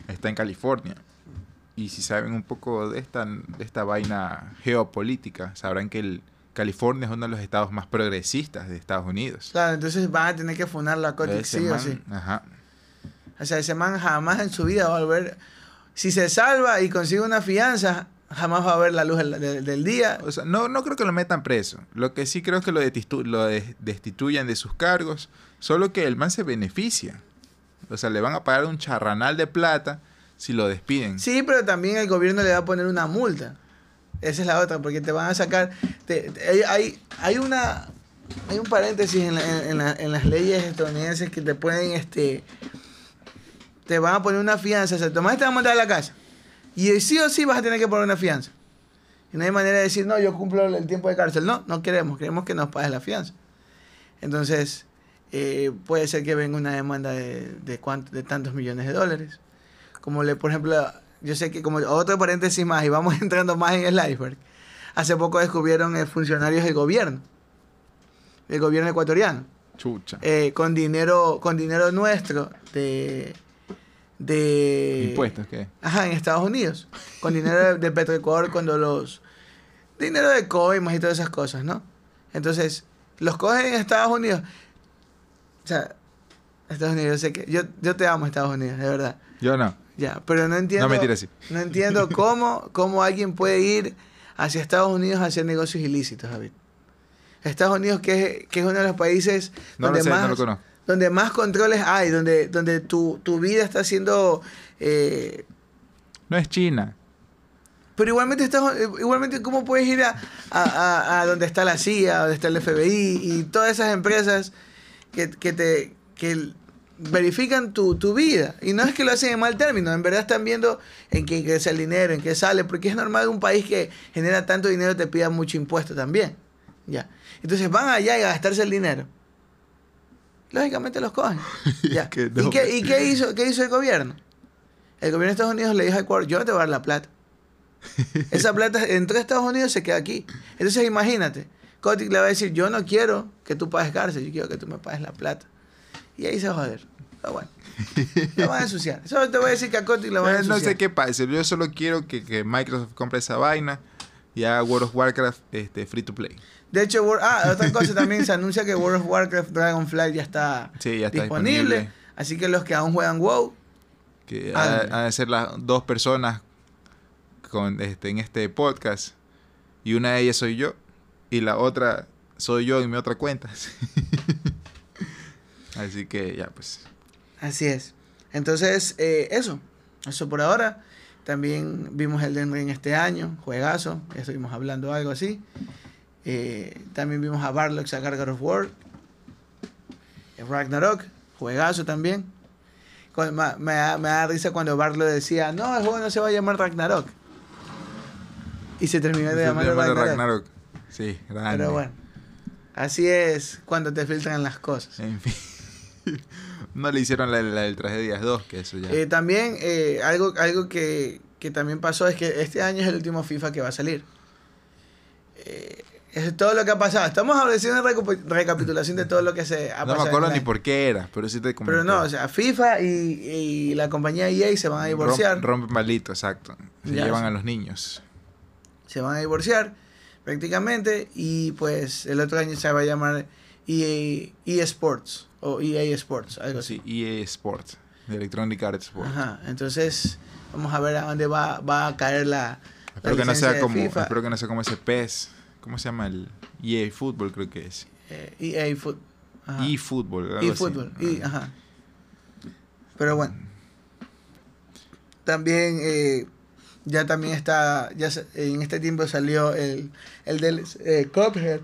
[SPEAKER 2] está en California. Y si saben un poco de esta, de esta vaina geopolítica, sabrán que el California es uno de los estados más progresistas de Estados Unidos.
[SPEAKER 1] Claro, entonces van a tener que funarlo a Kotick, sí man, o sí.
[SPEAKER 2] Ajá.
[SPEAKER 1] O sea, ese man jamás en su vida va a volver si se salva y consigue una fianza, jamás va a ver la luz del, del, del día.
[SPEAKER 2] O sea, no, no creo que lo metan preso. Lo que sí creo es que lo, lo de destituyan de sus cargos. Solo que el man se beneficia. O sea, le van a pagar un charranal de plata si lo despiden.
[SPEAKER 1] Sí, pero también el gobierno le va a poner una multa. Esa es la otra, porque te van a sacar... Te, te, hay, hay una... Hay un paréntesis en, la, en, la, en las leyes estadounidenses que te pueden... este te van a poner una fianza. O sea, Tomás te van a mandar a la casa. Y sí o sí vas a tener que poner una fianza. Y no hay manera de decir, no, yo cumplo el tiempo de cárcel. No, no queremos. Queremos que nos pagues la fianza. Entonces, eh, puede ser que venga una demanda de, de, cuánto, de tantos millones de dólares. Como le, por ejemplo, yo sé que como otro paréntesis más, y vamos [laughs] entrando más en el iceberg. Hace poco descubrieron eh, funcionarios del gobierno. Del gobierno ecuatoriano.
[SPEAKER 2] Chucha.
[SPEAKER 1] Eh, con dinero, con dinero nuestro de de
[SPEAKER 2] impuestos qué
[SPEAKER 1] ajá en Estados Unidos con dinero de, de Petroecuador cuando los dinero de coimas y todas esas cosas no entonces los cogen en Estados Unidos o sea Estados Unidos, sé que yo, yo te amo Estados Unidos, de verdad.
[SPEAKER 2] Yo no.
[SPEAKER 1] Ya, pero no entiendo.
[SPEAKER 2] No, mentira, sí.
[SPEAKER 1] No entiendo cómo, cómo alguien puede ir hacia Estados Unidos a hacer negocios ilícitos, David. Estados Unidos, que es, que es uno de los países
[SPEAKER 2] No
[SPEAKER 1] donde
[SPEAKER 2] lo sé,
[SPEAKER 1] más
[SPEAKER 2] no lo conozco.
[SPEAKER 1] donde más controles hay, donde, donde tu, tu vida está siendo... eh,
[SPEAKER 2] No es China.
[SPEAKER 1] pero igualmente, estás, eh, igualmente ¿cómo puedes ir a, a- a- a donde está la CIA, donde está el FBI y todas esas empresas que, que te que l- verifican tu, tu vida? Y no es que lo hacen en mal término, en verdad están viendo en qué ingresa el dinero, en qué sale, porque es normal que un país que genera tanto dinero te pida mucho impuesto también. Ya. Entonces van allá y a gastarse el dinero. Lógicamente los
[SPEAKER 2] [laughs]
[SPEAKER 1] cogen. Ya.
[SPEAKER 2] Que
[SPEAKER 1] ¿Y,
[SPEAKER 2] no.
[SPEAKER 1] qué, y qué hizo, qué hizo el gobierno? El gobierno de Estados Unidos le dijo a Ecuador, yo no te voy a dar la plata. Esa plata entró a Estados Unidos y se queda aquí. Entonces imagínate, Kotick le va a decir, yo no quiero que tú pagues cárcel, yo quiero que tú me pagues la plata. Y ahí se va a joder. Pero bueno, lo van a ensuciar. Solo te voy a decir que a Kotick lo van a
[SPEAKER 2] Eh, [laughs] no
[SPEAKER 1] ensuciar.
[SPEAKER 2] sé qué pasa. Yo solo quiero que, que Microsoft compre esa vaina y haga World of Warcraft este, free to play.
[SPEAKER 1] De hecho, Wor- ah, otra cosa también se anuncia que World of Warcraft Dragonflight ya está,
[SPEAKER 2] Sí, ya está
[SPEAKER 1] disponible.
[SPEAKER 2] disponible.
[SPEAKER 1] Así que los que aún juegan WoW,
[SPEAKER 2] Que
[SPEAKER 1] Ah,
[SPEAKER 2] ha- han de ser las dos personas con, este, en este podcast. Y una de ellas soy yo. Y la otra soy yo en mi otra cuenta. [laughs] Así que ya, pues.
[SPEAKER 1] Así es. Entonces, eh, eso. Eso por ahora. También vimos Elden Ring este año, juegazo. Ya estuvimos hablando algo así. Eh, también vimos a Barlocks a Gargar of War. Eh, Ragnarok, juegazo también. Con- ma- me, da, me da risa cuando Barlock decía, no, el juego no se va a llamar Ragnarok. Y se terminó de llamar
[SPEAKER 2] Llamar a
[SPEAKER 1] Ragnarok.
[SPEAKER 2] Ragnarok. Sí, grande.
[SPEAKER 1] Pero bueno, así es cuando te filtran las cosas.
[SPEAKER 2] En fin. [laughs] no le hicieron la, la del Tragedias 2, que eso ya.
[SPEAKER 1] Eh, también eh, algo, algo que, que también pasó es que este año es el último FIFA que va a salir. Eh, eso es todo lo que ha pasado. Estamos haciendo una recu- recapitulación de todo lo que se ha
[SPEAKER 2] no
[SPEAKER 1] pasado.
[SPEAKER 2] me acuerdo
[SPEAKER 1] en el
[SPEAKER 2] ni
[SPEAKER 1] año.
[SPEAKER 2] por qué era, pero sí te comenté.
[SPEAKER 1] pues, Pero no, o sea, FIFA y, y la compañía EA se van a divorciar.
[SPEAKER 2] Romp- Rompen malito, exacto. Se
[SPEAKER 1] Ya,
[SPEAKER 2] llevan
[SPEAKER 1] sí.
[SPEAKER 2] a los niños.
[SPEAKER 1] Se van a divorciar prácticamente y pues el otro año se va a llamar E EA, Sports o EA Sports, algo así.
[SPEAKER 2] Sí, EA Sports, de Electronic Arts Sports.
[SPEAKER 1] Ajá, entonces vamos a ver a dónde va, va a caer la... la
[SPEAKER 2] Espero que, no
[SPEAKER 1] licencia
[SPEAKER 2] sea
[SPEAKER 1] de
[SPEAKER 2] como,
[SPEAKER 1] FIFA.
[SPEAKER 2] espero que no sea como ese PES. ¿Cómo se llama el EA Fútbol? Creo que es.
[SPEAKER 1] Eh, EA Foot. ajá.
[SPEAKER 2] eFootball. E algo
[SPEAKER 1] EA
[SPEAKER 2] así.
[SPEAKER 1] Fútbol.
[SPEAKER 2] Ah.
[SPEAKER 1] y- ajá. Pero bueno. También eh, ya también está. Ya sa- en este tiempo salió el, el del eh, Cuphead.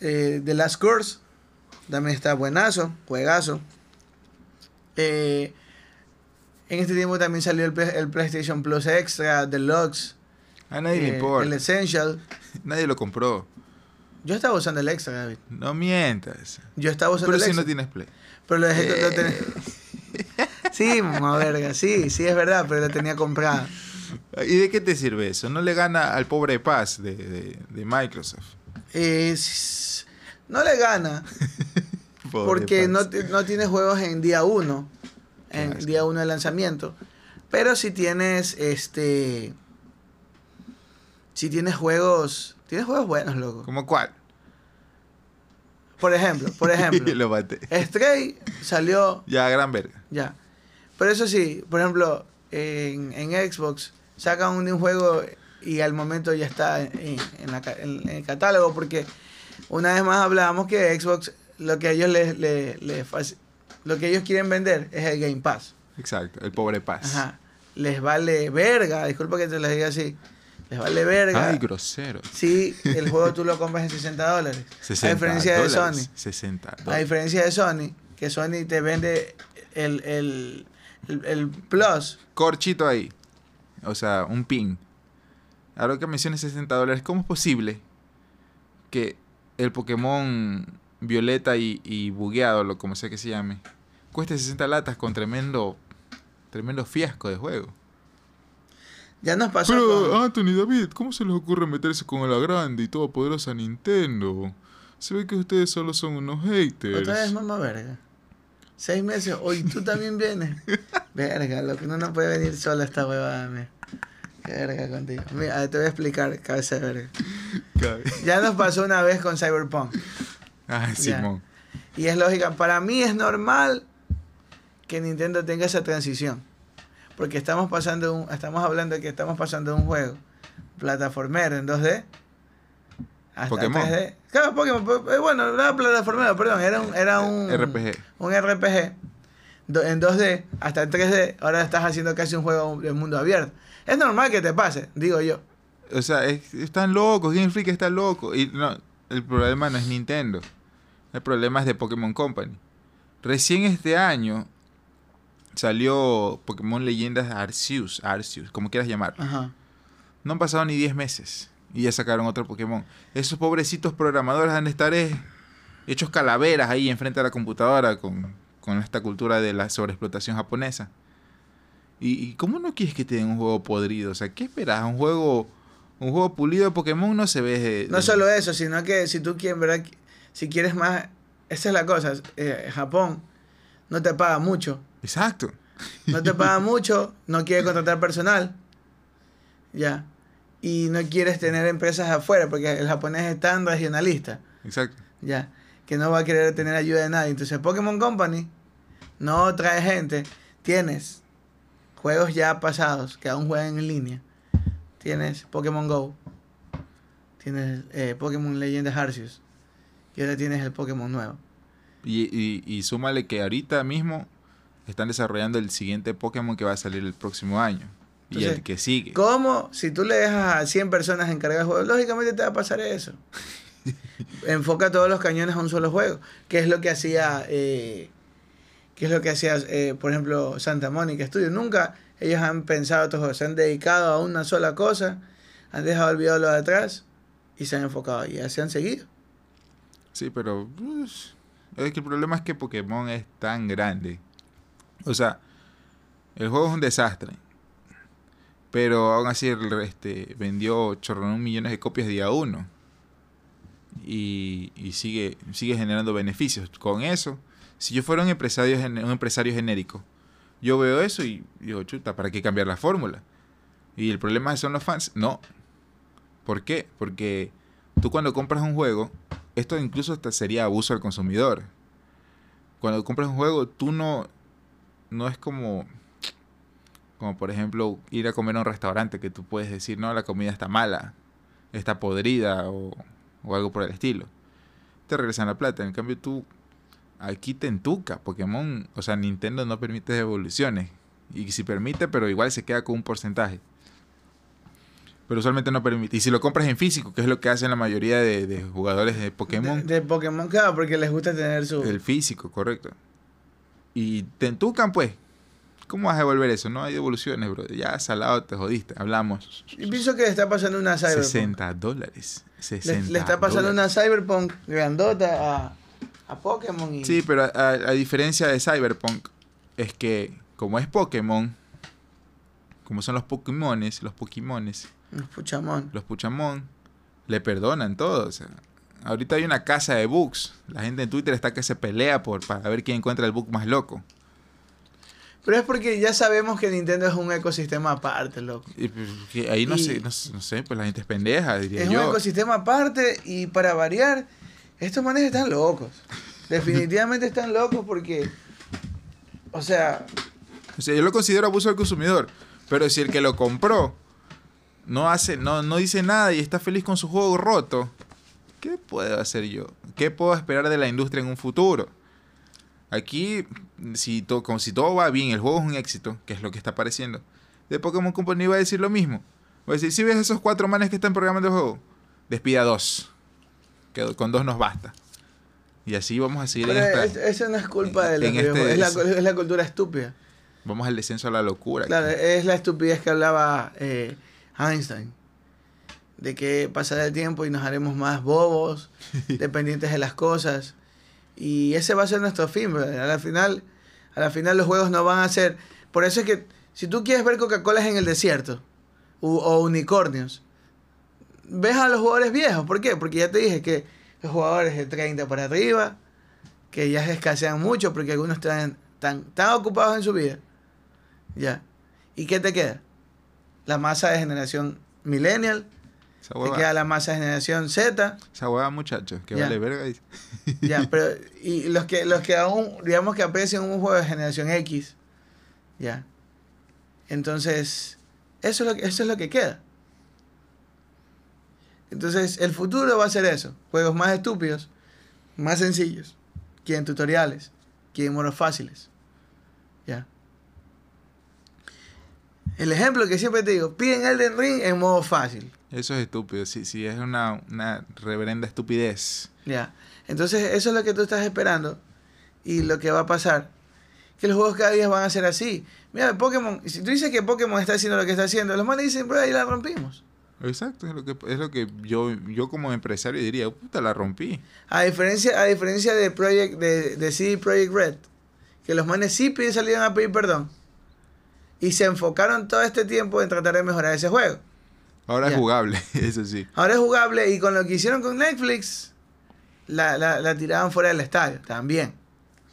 [SPEAKER 1] Eh, The Last Course. También está buenazo, juegazo. Eh, en este tiempo también salió el, Play- el PlayStation Plus Extra, Deluxe,
[SPEAKER 2] A nadie
[SPEAKER 1] eh,
[SPEAKER 2] le importa.
[SPEAKER 1] el Essential.
[SPEAKER 2] Nadie lo compró.
[SPEAKER 1] Yo estaba usando el Extra, David.
[SPEAKER 2] No mientas.
[SPEAKER 1] Yo estaba usando
[SPEAKER 2] Pero
[SPEAKER 1] el
[SPEAKER 2] si
[SPEAKER 1] Extra.
[SPEAKER 2] no tienes play.
[SPEAKER 1] Pero lo dejé,
[SPEAKER 2] Eh.
[SPEAKER 1] lo tenía-
[SPEAKER 2] [laughs]
[SPEAKER 1] Sí, mamá verga, sí, sí es verdad, pero lo tenía comprada.
[SPEAKER 2] ¿Y de qué te sirve eso? No le gana al pobre Paz de, de- de Microsoft.
[SPEAKER 1] Es- no le gana,
[SPEAKER 2] Pobre
[SPEAKER 1] porque
[SPEAKER 2] Paz.
[SPEAKER 1] no, ti- no tienes juegos en día 1, en
[SPEAKER 2] Claro, es
[SPEAKER 1] día 1 de lanzamiento. Pero si tienes, este... Si tienes juegos... Tienes juegos buenos, loco.
[SPEAKER 2] ¿Cómo cuál?
[SPEAKER 1] Por ejemplo,
[SPEAKER 2] [laughs]
[SPEAKER 1] por ejemplo.
[SPEAKER 2] lo maté.
[SPEAKER 1] Stray salió
[SPEAKER 2] Ya, gran verga.
[SPEAKER 1] Ya. Pero eso sí, por ejemplo, en, en Xbox sacan un, un juego y al momento ya está en, en la ca- en- en el catálogo, porque una vez más hablábamos que Xbox, lo que ellos les, le- le faci- lo que ellos quieren vender es el Game Pass.
[SPEAKER 2] Exacto, el pobre Paz.
[SPEAKER 1] Ajá. Les vale verga, disculpa que te les diga así. Les vale verga.
[SPEAKER 2] Ay, grosero.
[SPEAKER 1] si el juego tú lo compras en 60 dólares.
[SPEAKER 2] [laughs] 60
[SPEAKER 1] a diferencia
[SPEAKER 2] dólares,
[SPEAKER 1] de Sony.
[SPEAKER 2] 60
[SPEAKER 1] A
[SPEAKER 2] dólares.
[SPEAKER 1] diferencia de Sony, que Sony te vende el, el, el, el Plus.
[SPEAKER 2] Corchito ahí. O sea, un pin. Ahora que menciones 60 dólares, ¿cómo es posible que el Pokémon Violeta y, y bugueado, lo como sea que se llame, cueste 60 latas con tremendo tremendo fiasco de juego?
[SPEAKER 1] Ya nos pasó.
[SPEAKER 2] Pero,
[SPEAKER 1] con-
[SPEAKER 2] Anthony David, ¿cómo se les ocurre meterse con la grande y todopoderosa Nintendo? Se ve que ustedes solo son unos haters.
[SPEAKER 1] Otra vez, mamá verga. Seis meses. Hoy tú también vienes. verga, lo que uno no puede venir sola esta huevada, mía. Qué verga contigo. Mira, a ver, te voy a explicar, cabeza
[SPEAKER 2] [laughs]
[SPEAKER 1] de verga. Ya nos pasó una vez con Cyberpunk.
[SPEAKER 2] Ah, Simón.
[SPEAKER 1] Y es lógica, para mí es normal que Nintendo tenga esa transición. Porque estamos pasando un, estamos hablando de que estamos pasando un juego plataformero en 2D hasta
[SPEAKER 2] Pokémon.
[SPEAKER 1] 3D. Claro, Pokémon, po- eh, bueno, no era plataformero, perdón, era un, era un
[SPEAKER 2] RPG.
[SPEAKER 1] un RPG do- en 2D hasta en 3D, ahora estás haciendo casi un juego de mundo abierto. Es normal que te pase, digo yo.
[SPEAKER 2] O sea, es- están locos, Game Freak está loco. Y no, el problema no es Nintendo. El problema es de Pokémon Company. Recién este año salió Pokémon Leyendas Arceus, Arceus, como quieras llamarlo.
[SPEAKER 1] Ajá.
[SPEAKER 2] No han pasado ni 10 meses y ya sacaron otro Pokémon. Esos pobrecitos programadores han de estar eh, hechos calaveras ahí enfrente de la computadora con, con esta cultura de la sobreexplotación japonesa. ¿Y, y cómo no quieres que te den un juego podrido? O sea, ¿qué esperas? Un juego un juego pulido de Pokémon no se ve... de-
[SPEAKER 1] No
[SPEAKER 2] de-
[SPEAKER 1] solo eso, sino que si tú quieres, ¿verdad? Si quieres más, esa es la cosa. eh, Japón no te paga mucho.
[SPEAKER 2] Exacto.
[SPEAKER 1] No te paga mucho, no quiere contratar personal. Ya. Y no quieres tener empresas afuera, porque el japonés es tan regionalista.
[SPEAKER 2] Exacto.
[SPEAKER 1] Ya. Que no va a querer tener ayuda de nadie. Entonces, Pokémon Company no trae gente. Tienes juegos ya pasados que aún juegan en línea. Tienes Pokémon Go. Tienes eh, Pokémon Leyendas Arceus. Y ahora tienes el Pokémon nuevo.
[SPEAKER 2] Y, y- y súmale que ahorita mismo están desarrollando el siguiente Pokémon que va a salir el próximo año. y
[SPEAKER 1] Entonces,
[SPEAKER 2] el que sigue.
[SPEAKER 1] ¿Cómo? Si tú le dejas a 100 personas encargadas de juegos, lógicamente te va a pasar
[SPEAKER 2] [laughs]
[SPEAKER 1] eso. Enfoca todos los cañones a un solo juego. Que es lo que hacía, eh, que es lo que hacía, eh, por ejemplo, Santa Mónica Studio. Nunca ellos han pensado estos juegos. Se han dedicado a una sola cosa, han dejado olvidado lo de atrás y se han enfocado. Y así han seguido.
[SPEAKER 2] Sí, pero pues, es que el problema es que Pokémon es tan grande. O sea, el juego es un desastre. Pero aún así el- este, vendió chorronón millones de copias día uno. Y, y sigue, sigue generando beneficios. Con eso, si yo fuera un empresario, gen- un empresario genérico, yo veo eso y digo, chuta, ¿para qué cambiar la fórmula? Y el problema son los fans. No. ¿Por qué? Porque tú cuando compras un juego, esto incluso hasta sería abuso al consumidor. Cuando compras un juego, tú no, no es como, como por ejemplo ir a comer a un restaurante que tú puedes decir, no, la comida está mala, está podrida o, o algo por el estilo. Te regresan la plata. En cambio tú, aquí te entuca. Pokémon, o sea, Nintendo no permite devoluciones. Y si permite, pero igual se queda con un porcentaje. Pero usualmente no permite. Y si lo compras en físico, que es lo que hacen la mayoría de, de jugadores de Pokémon.
[SPEAKER 1] De, de Pokémon, claro, porque les gusta tener su...
[SPEAKER 2] El físico, correcto. Y te entucan, pues. ¿Cómo vas a devolver eso? No hay devoluciones, bro. Ya salado te jodiste. Hablamos.
[SPEAKER 1] Y pienso que le está pasando una cyberpunk.
[SPEAKER 2] 60 dólares. 60
[SPEAKER 1] Le, le está pasando
[SPEAKER 2] dólares.
[SPEAKER 1] una cyberpunk grandota a, a Pokémon. Y...
[SPEAKER 2] Sí, pero a, a- a diferencia de Cyberpunk, es que como es Pokémon, como son los Pokémones, los Pokémones,
[SPEAKER 1] Los Puchamón.
[SPEAKER 2] los Puchamón, le perdonan todo. o sea. ahorita hay una casa de bugs. La gente en Twitter está que se pelea por, para ver quién encuentra el bug más loco.
[SPEAKER 1] Pero es porque ya sabemos que Nintendo es un ecosistema aparte, loco.
[SPEAKER 2] Y, pues, que ahí no,
[SPEAKER 1] Y-
[SPEAKER 2] sé, no, sé- no sé, pues la gente es pendeja, diría
[SPEAKER 1] Es un
[SPEAKER 2] yo.
[SPEAKER 1] ecosistema aparte y para variar, estos manes están
[SPEAKER 2] [laughs]
[SPEAKER 1] locos. Definitivamente están locos porque, o sea,
[SPEAKER 2] O sea, yo lo considero abuso al consumidor. Pero si el que lo compró no hace, no, no dice nada y está feliz con su juego roto, ¿qué puedo hacer yo? ¿Qué puedo esperar de la industria en un futuro? Aquí, si, to- como si todo va bien, el juego es un éxito, que es lo que está pareciendo. De Pokémon Company va a decir lo mismo. Va a decir, si ves esos cuatro manes que están programando el juego, despida dos. Que con dos nos basta. Y así vamos a seguir en
[SPEAKER 1] pero
[SPEAKER 2] esta-
[SPEAKER 1] es- eso no es culpa de
[SPEAKER 2] en
[SPEAKER 1] los
[SPEAKER 2] este
[SPEAKER 1] videojuegos, es,
[SPEAKER 2] es-
[SPEAKER 1] la, cu- es la cultura estúpida.
[SPEAKER 2] Vamos al descenso a la locura.
[SPEAKER 1] Claro, es la estupidez que hablaba eh, Einstein. De que pasará el tiempo y nos haremos más bobos, dependientes de las cosas. Y ese va a ser nuestro fin, brother. A la final, a la final los juegos no van a ser. Por eso es que si tú quieres ver Coca-Colas en el desierto u- o unicornios, ves a los jugadores viejos. ¿Por qué? Porque ya te dije que los jugadores de 30 para arriba, que ya se escasean mucho porque algunos están tan, tan ocupados en su vida. Ya. ¿Y qué te queda? La masa de generación millennial
[SPEAKER 2] Esa
[SPEAKER 1] Te
[SPEAKER 2] hueva,
[SPEAKER 1] queda la masa generación Z.
[SPEAKER 2] esa hueva, muchacho, que
[SPEAKER 1] Ya.
[SPEAKER 2] vale verga. dice.
[SPEAKER 1] Ya, pero y los que los que aún digamos que aprecian un juego de generación X. Ya. Entonces, eso es lo que eso es lo que queda. Entonces, el futuro va a ser eso, juegos más estúpidos, más sencillos, que en tutoriales, que en modos fáciles. Ya. El ejemplo que siempre te digo, piden Elden Ring en modo fácil.
[SPEAKER 2] Eso es estúpido. Sí, sí, es una, una reverenda estupidez.
[SPEAKER 1] Ya. Entonces, eso es lo que tú estás esperando y lo que va a pasar. Que los juegos cada día van a ser así. Mira, Pokémon, si tú dices que Pokémon está haciendo lo que está haciendo, los manes dicen, bro, ahí la rompimos.
[SPEAKER 2] Exacto, es lo que, es lo que yo, yo como empresario diría, puta, la rompí.
[SPEAKER 1] A diferencia, a diferencia de, Project, de, de CD Project Red, que los manes sí piden- salieron a pedir perdón. Y se enfocaron todo este tiempo en tratar de mejorar ese juego.
[SPEAKER 2] Ahora
[SPEAKER 1] Ya.
[SPEAKER 2] es jugable, [laughs] eso sí.
[SPEAKER 1] Ahora es jugable y con lo que hicieron con Netflix, la, la, la tiraban fuera del estadio también.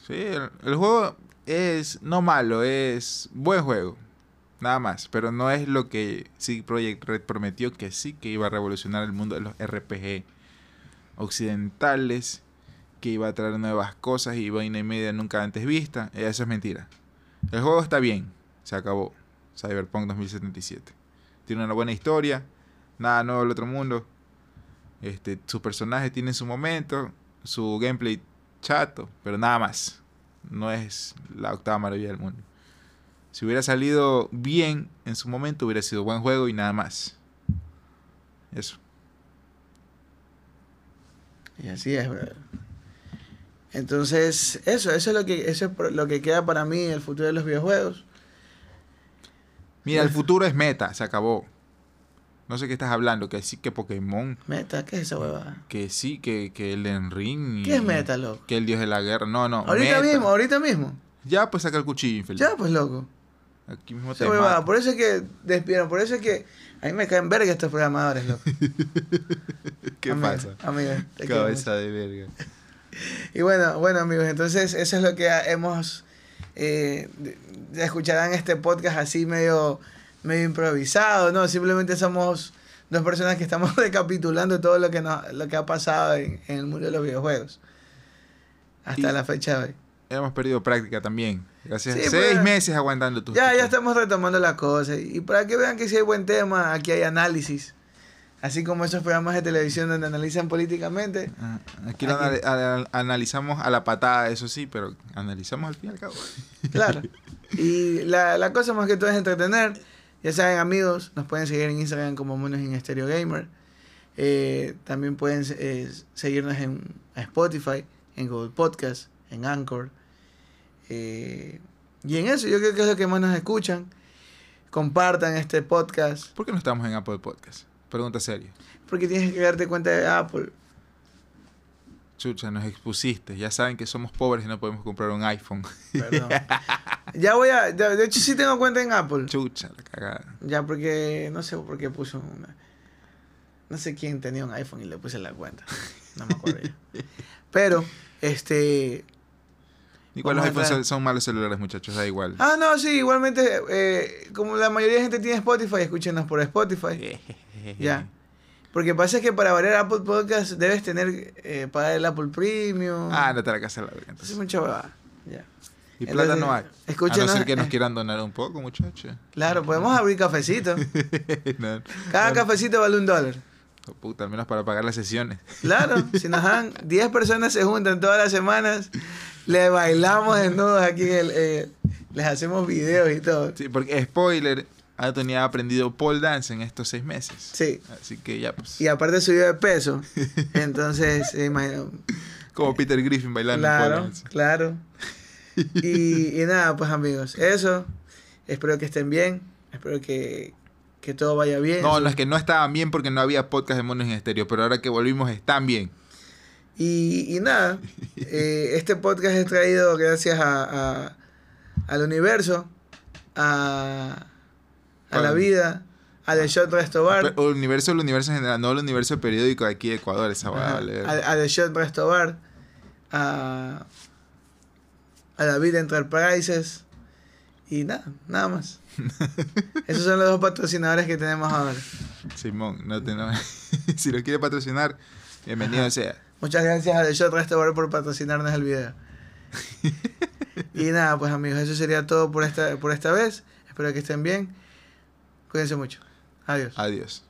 [SPEAKER 2] Sí, el, el juego es no malo, es buen juego. Nada más, pero no es lo que sí Project Red prometió que sí que iba a revolucionar el mundo de los RPG occidentales, que iba a traer nuevas cosas y vaina y media nunca antes vista. Eh, Eso es mentira. El juego está bien, se acabó. Cyberpunk 2077. Tiene una buena historia, nada nuevo del otro mundo. Este, sus personajes tienen su momento, su gameplay chato, pero nada más. No es la octava maravilla del mundo. Si hubiera salido bien en su momento, hubiera sido buen juego y nada más. Eso.
[SPEAKER 1] Y así es, brother. Entonces, eso, eso es lo que eso es por- lo que queda para mí el futuro de los videojuegos.
[SPEAKER 2] Mira, el futuro es meta, se acabó. No sé qué estás hablando, que sí que Pokémon,
[SPEAKER 1] Meta, ¿qué es esa huevada?
[SPEAKER 2] que sí que, que el Ring. y-
[SPEAKER 1] ¿Qué es meta, loco?
[SPEAKER 2] Que el dios de la guerra. No, no.
[SPEAKER 1] ahorita
[SPEAKER 2] meta.
[SPEAKER 1] mismo, ahorita mismo.
[SPEAKER 2] Ya pues saca el cuchillo, infeliz.
[SPEAKER 1] Ya, pues, loco.
[SPEAKER 2] Aquí mismo
[SPEAKER 1] Esa
[SPEAKER 2] te
[SPEAKER 1] huevada.
[SPEAKER 2] mato.
[SPEAKER 1] Por eso es que despidieron, por eso es que a mí me caen verga estos programadores, loco.
[SPEAKER 2] [laughs]
[SPEAKER 1] pues,
[SPEAKER 2] ¿Qué
[SPEAKER 1] Amigo,
[SPEAKER 2] pasa?
[SPEAKER 1] Amigo,
[SPEAKER 2] [laughs]
[SPEAKER 1] te quiero
[SPEAKER 2] Cabeza de verga.
[SPEAKER 1] mucho. Y bueno, bueno, amigos, entonces eso es lo que ha- hemos eh, de- de- escucharán este podcast así medio medio improvisado, no, simplemente somos dos personas que estamos [laughs] recapitulando todo lo que nos, lo que ha pasado en, en el mundo de los videojuegos hasta
[SPEAKER 2] Y-
[SPEAKER 1] la fecha de hoy.
[SPEAKER 2] Hemos perdido práctica también. Gracias.
[SPEAKER 1] Sí,
[SPEAKER 2] Seis
[SPEAKER 1] pero-
[SPEAKER 2] meses aguantando tus
[SPEAKER 1] Ya, ya
[SPEAKER 2] cuchillos.
[SPEAKER 1] estamos retomando la cosa. Y para que vean que si hay buen tema, aquí hay análisis. Así como esos programas de televisión donde analizan políticamente.
[SPEAKER 2] Ah, Aquí lo
[SPEAKER 1] Aquí.
[SPEAKER 2] anal- anal- analizamos a la patada, eso sí, pero analizamos al fin y al cabo.
[SPEAKER 1] Claro. Y la, la cosa más que todo es entretener. Ya saben, amigos, nos pueden seguir en Instagram como Monos en Stereo Gamer. Eh, también pueden eh, seguirnos en Spotify, en Google Podcast, en Anchor. Eh, y en eso, yo creo que es lo que más nos escuchan. Compartan este podcast.
[SPEAKER 2] ¿Por qué no estamos en Apple Podcast? Pregunta seria.
[SPEAKER 1] Porque tienes que darte cuenta de Apple.
[SPEAKER 2] Chucha, nos expusiste. Ya saben que somos pobres y no podemos comprar un iPhone. [laughs]
[SPEAKER 1] Perdón. ya voy a. ya- de hecho, sí tengo cuenta en Apple.
[SPEAKER 2] Chucha, la cagada.
[SPEAKER 1] Ya, porque no sé por qué puso una. No sé quién tenía un iPhone y le puse la cuenta. [laughs] No me acuerdo ya. Pero, este.
[SPEAKER 2] ¿Y cuáles
[SPEAKER 1] Vamos a
[SPEAKER 2] iPhones
[SPEAKER 1] entrar.
[SPEAKER 2] son, son malos celulares, muchachos? Da igual. [laughs]
[SPEAKER 1] Ah, no, sí, igualmente, eh, como la mayoría de gente tiene Spotify, escúchenos por Spotify. ya. Porque pasa que para variar Apple Podcast debes tener. Eh, pagar el Apple Premium.
[SPEAKER 2] Ah, no te la casa la verga.
[SPEAKER 1] Es
[SPEAKER 2] entonces.
[SPEAKER 1] mucha huevada. Ya.
[SPEAKER 2] Y plata
[SPEAKER 1] Entonces,
[SPEAKER 2] no hay. A
[SPEAKER 1] escúchenos,
[SPEAKER 2] no ser que nos
[SPEAKER 1] eh.
[SPEAKER 2] quieran donar un poco, muchachos.
[SPEAKER 1] Claro, podemos abrir cafecito.
[SPEAKER 2] [laughs] No,
[SPEAKER 1] Cada
[SPEAKER 2] no,
[SPEAKER 1] cafecito vale un dólar.
[SPEAKER 2] no, puta, al menos para pagar las sesiones.
[SPEAKER 1] Claro, si nos dan 10 personas se juntan todas las semanas, le bailamos desnudos aquí, en el, eh, les hacemos videos y todo.
[SPEAKER 2] Sí, porque spoiler, Anthony ha aprendido pole dance en estos seis meses.
[SPEAKER 1] Sí.
[SPEAKER 2] Así que ya, pues.
[SPEAKER 1] Y aparte subió de peso. Entonces, eh, imagino-
[SPEAKER 2] Como Peter Griffin bailando pole
[SPEAKER 1] Claro,
[SPEAKER 2] dance.
[SPEAKER 1] claro. Y, y nada, pues amigos, eso. Espero que estén bien. Espero que, que todo vaya bien.
[SPEAKER 2] No, las que no estaban bien porque no había podcast de monos en estéreo, pero ahora que volvimos están bien.
[SPEAKER 1] Y, y nada, eh, este podcast es traído gracias a, a- al universo, a, a la
[SPEAKER 2] Bueno.
[SPEAKER 1] vida, a The Shot Restobar,
[SPEAKER 2] Pero el universo, el universo en general, no el universo periódico de aquí de Ecuador, esa va
[SPEAKER 1] ajá,
[SPEAKER 2] a leer.
[SPEAKER 1] a, a The Shot Restobar, a, a la vida Enterprises Y nada, nada más. Esos son los dos patrocinadores que tenemos ahora.
[SPEAKER 2] Simón, no te no- [laughs] si lo quiere patrocinar, bienvenido
[SPEAKER 1] Ajá.
[SPEAKER 2] sea.
[SPEAKER 1] Muchas gracias a The Shot Restaurant por patrocinarnos el video. y nada, pues amigos, eso sería todo por esta, por esta vez. Espero que estén bien. Cuídense mucho. Adiós.
[SPEAKER 2] Adiós.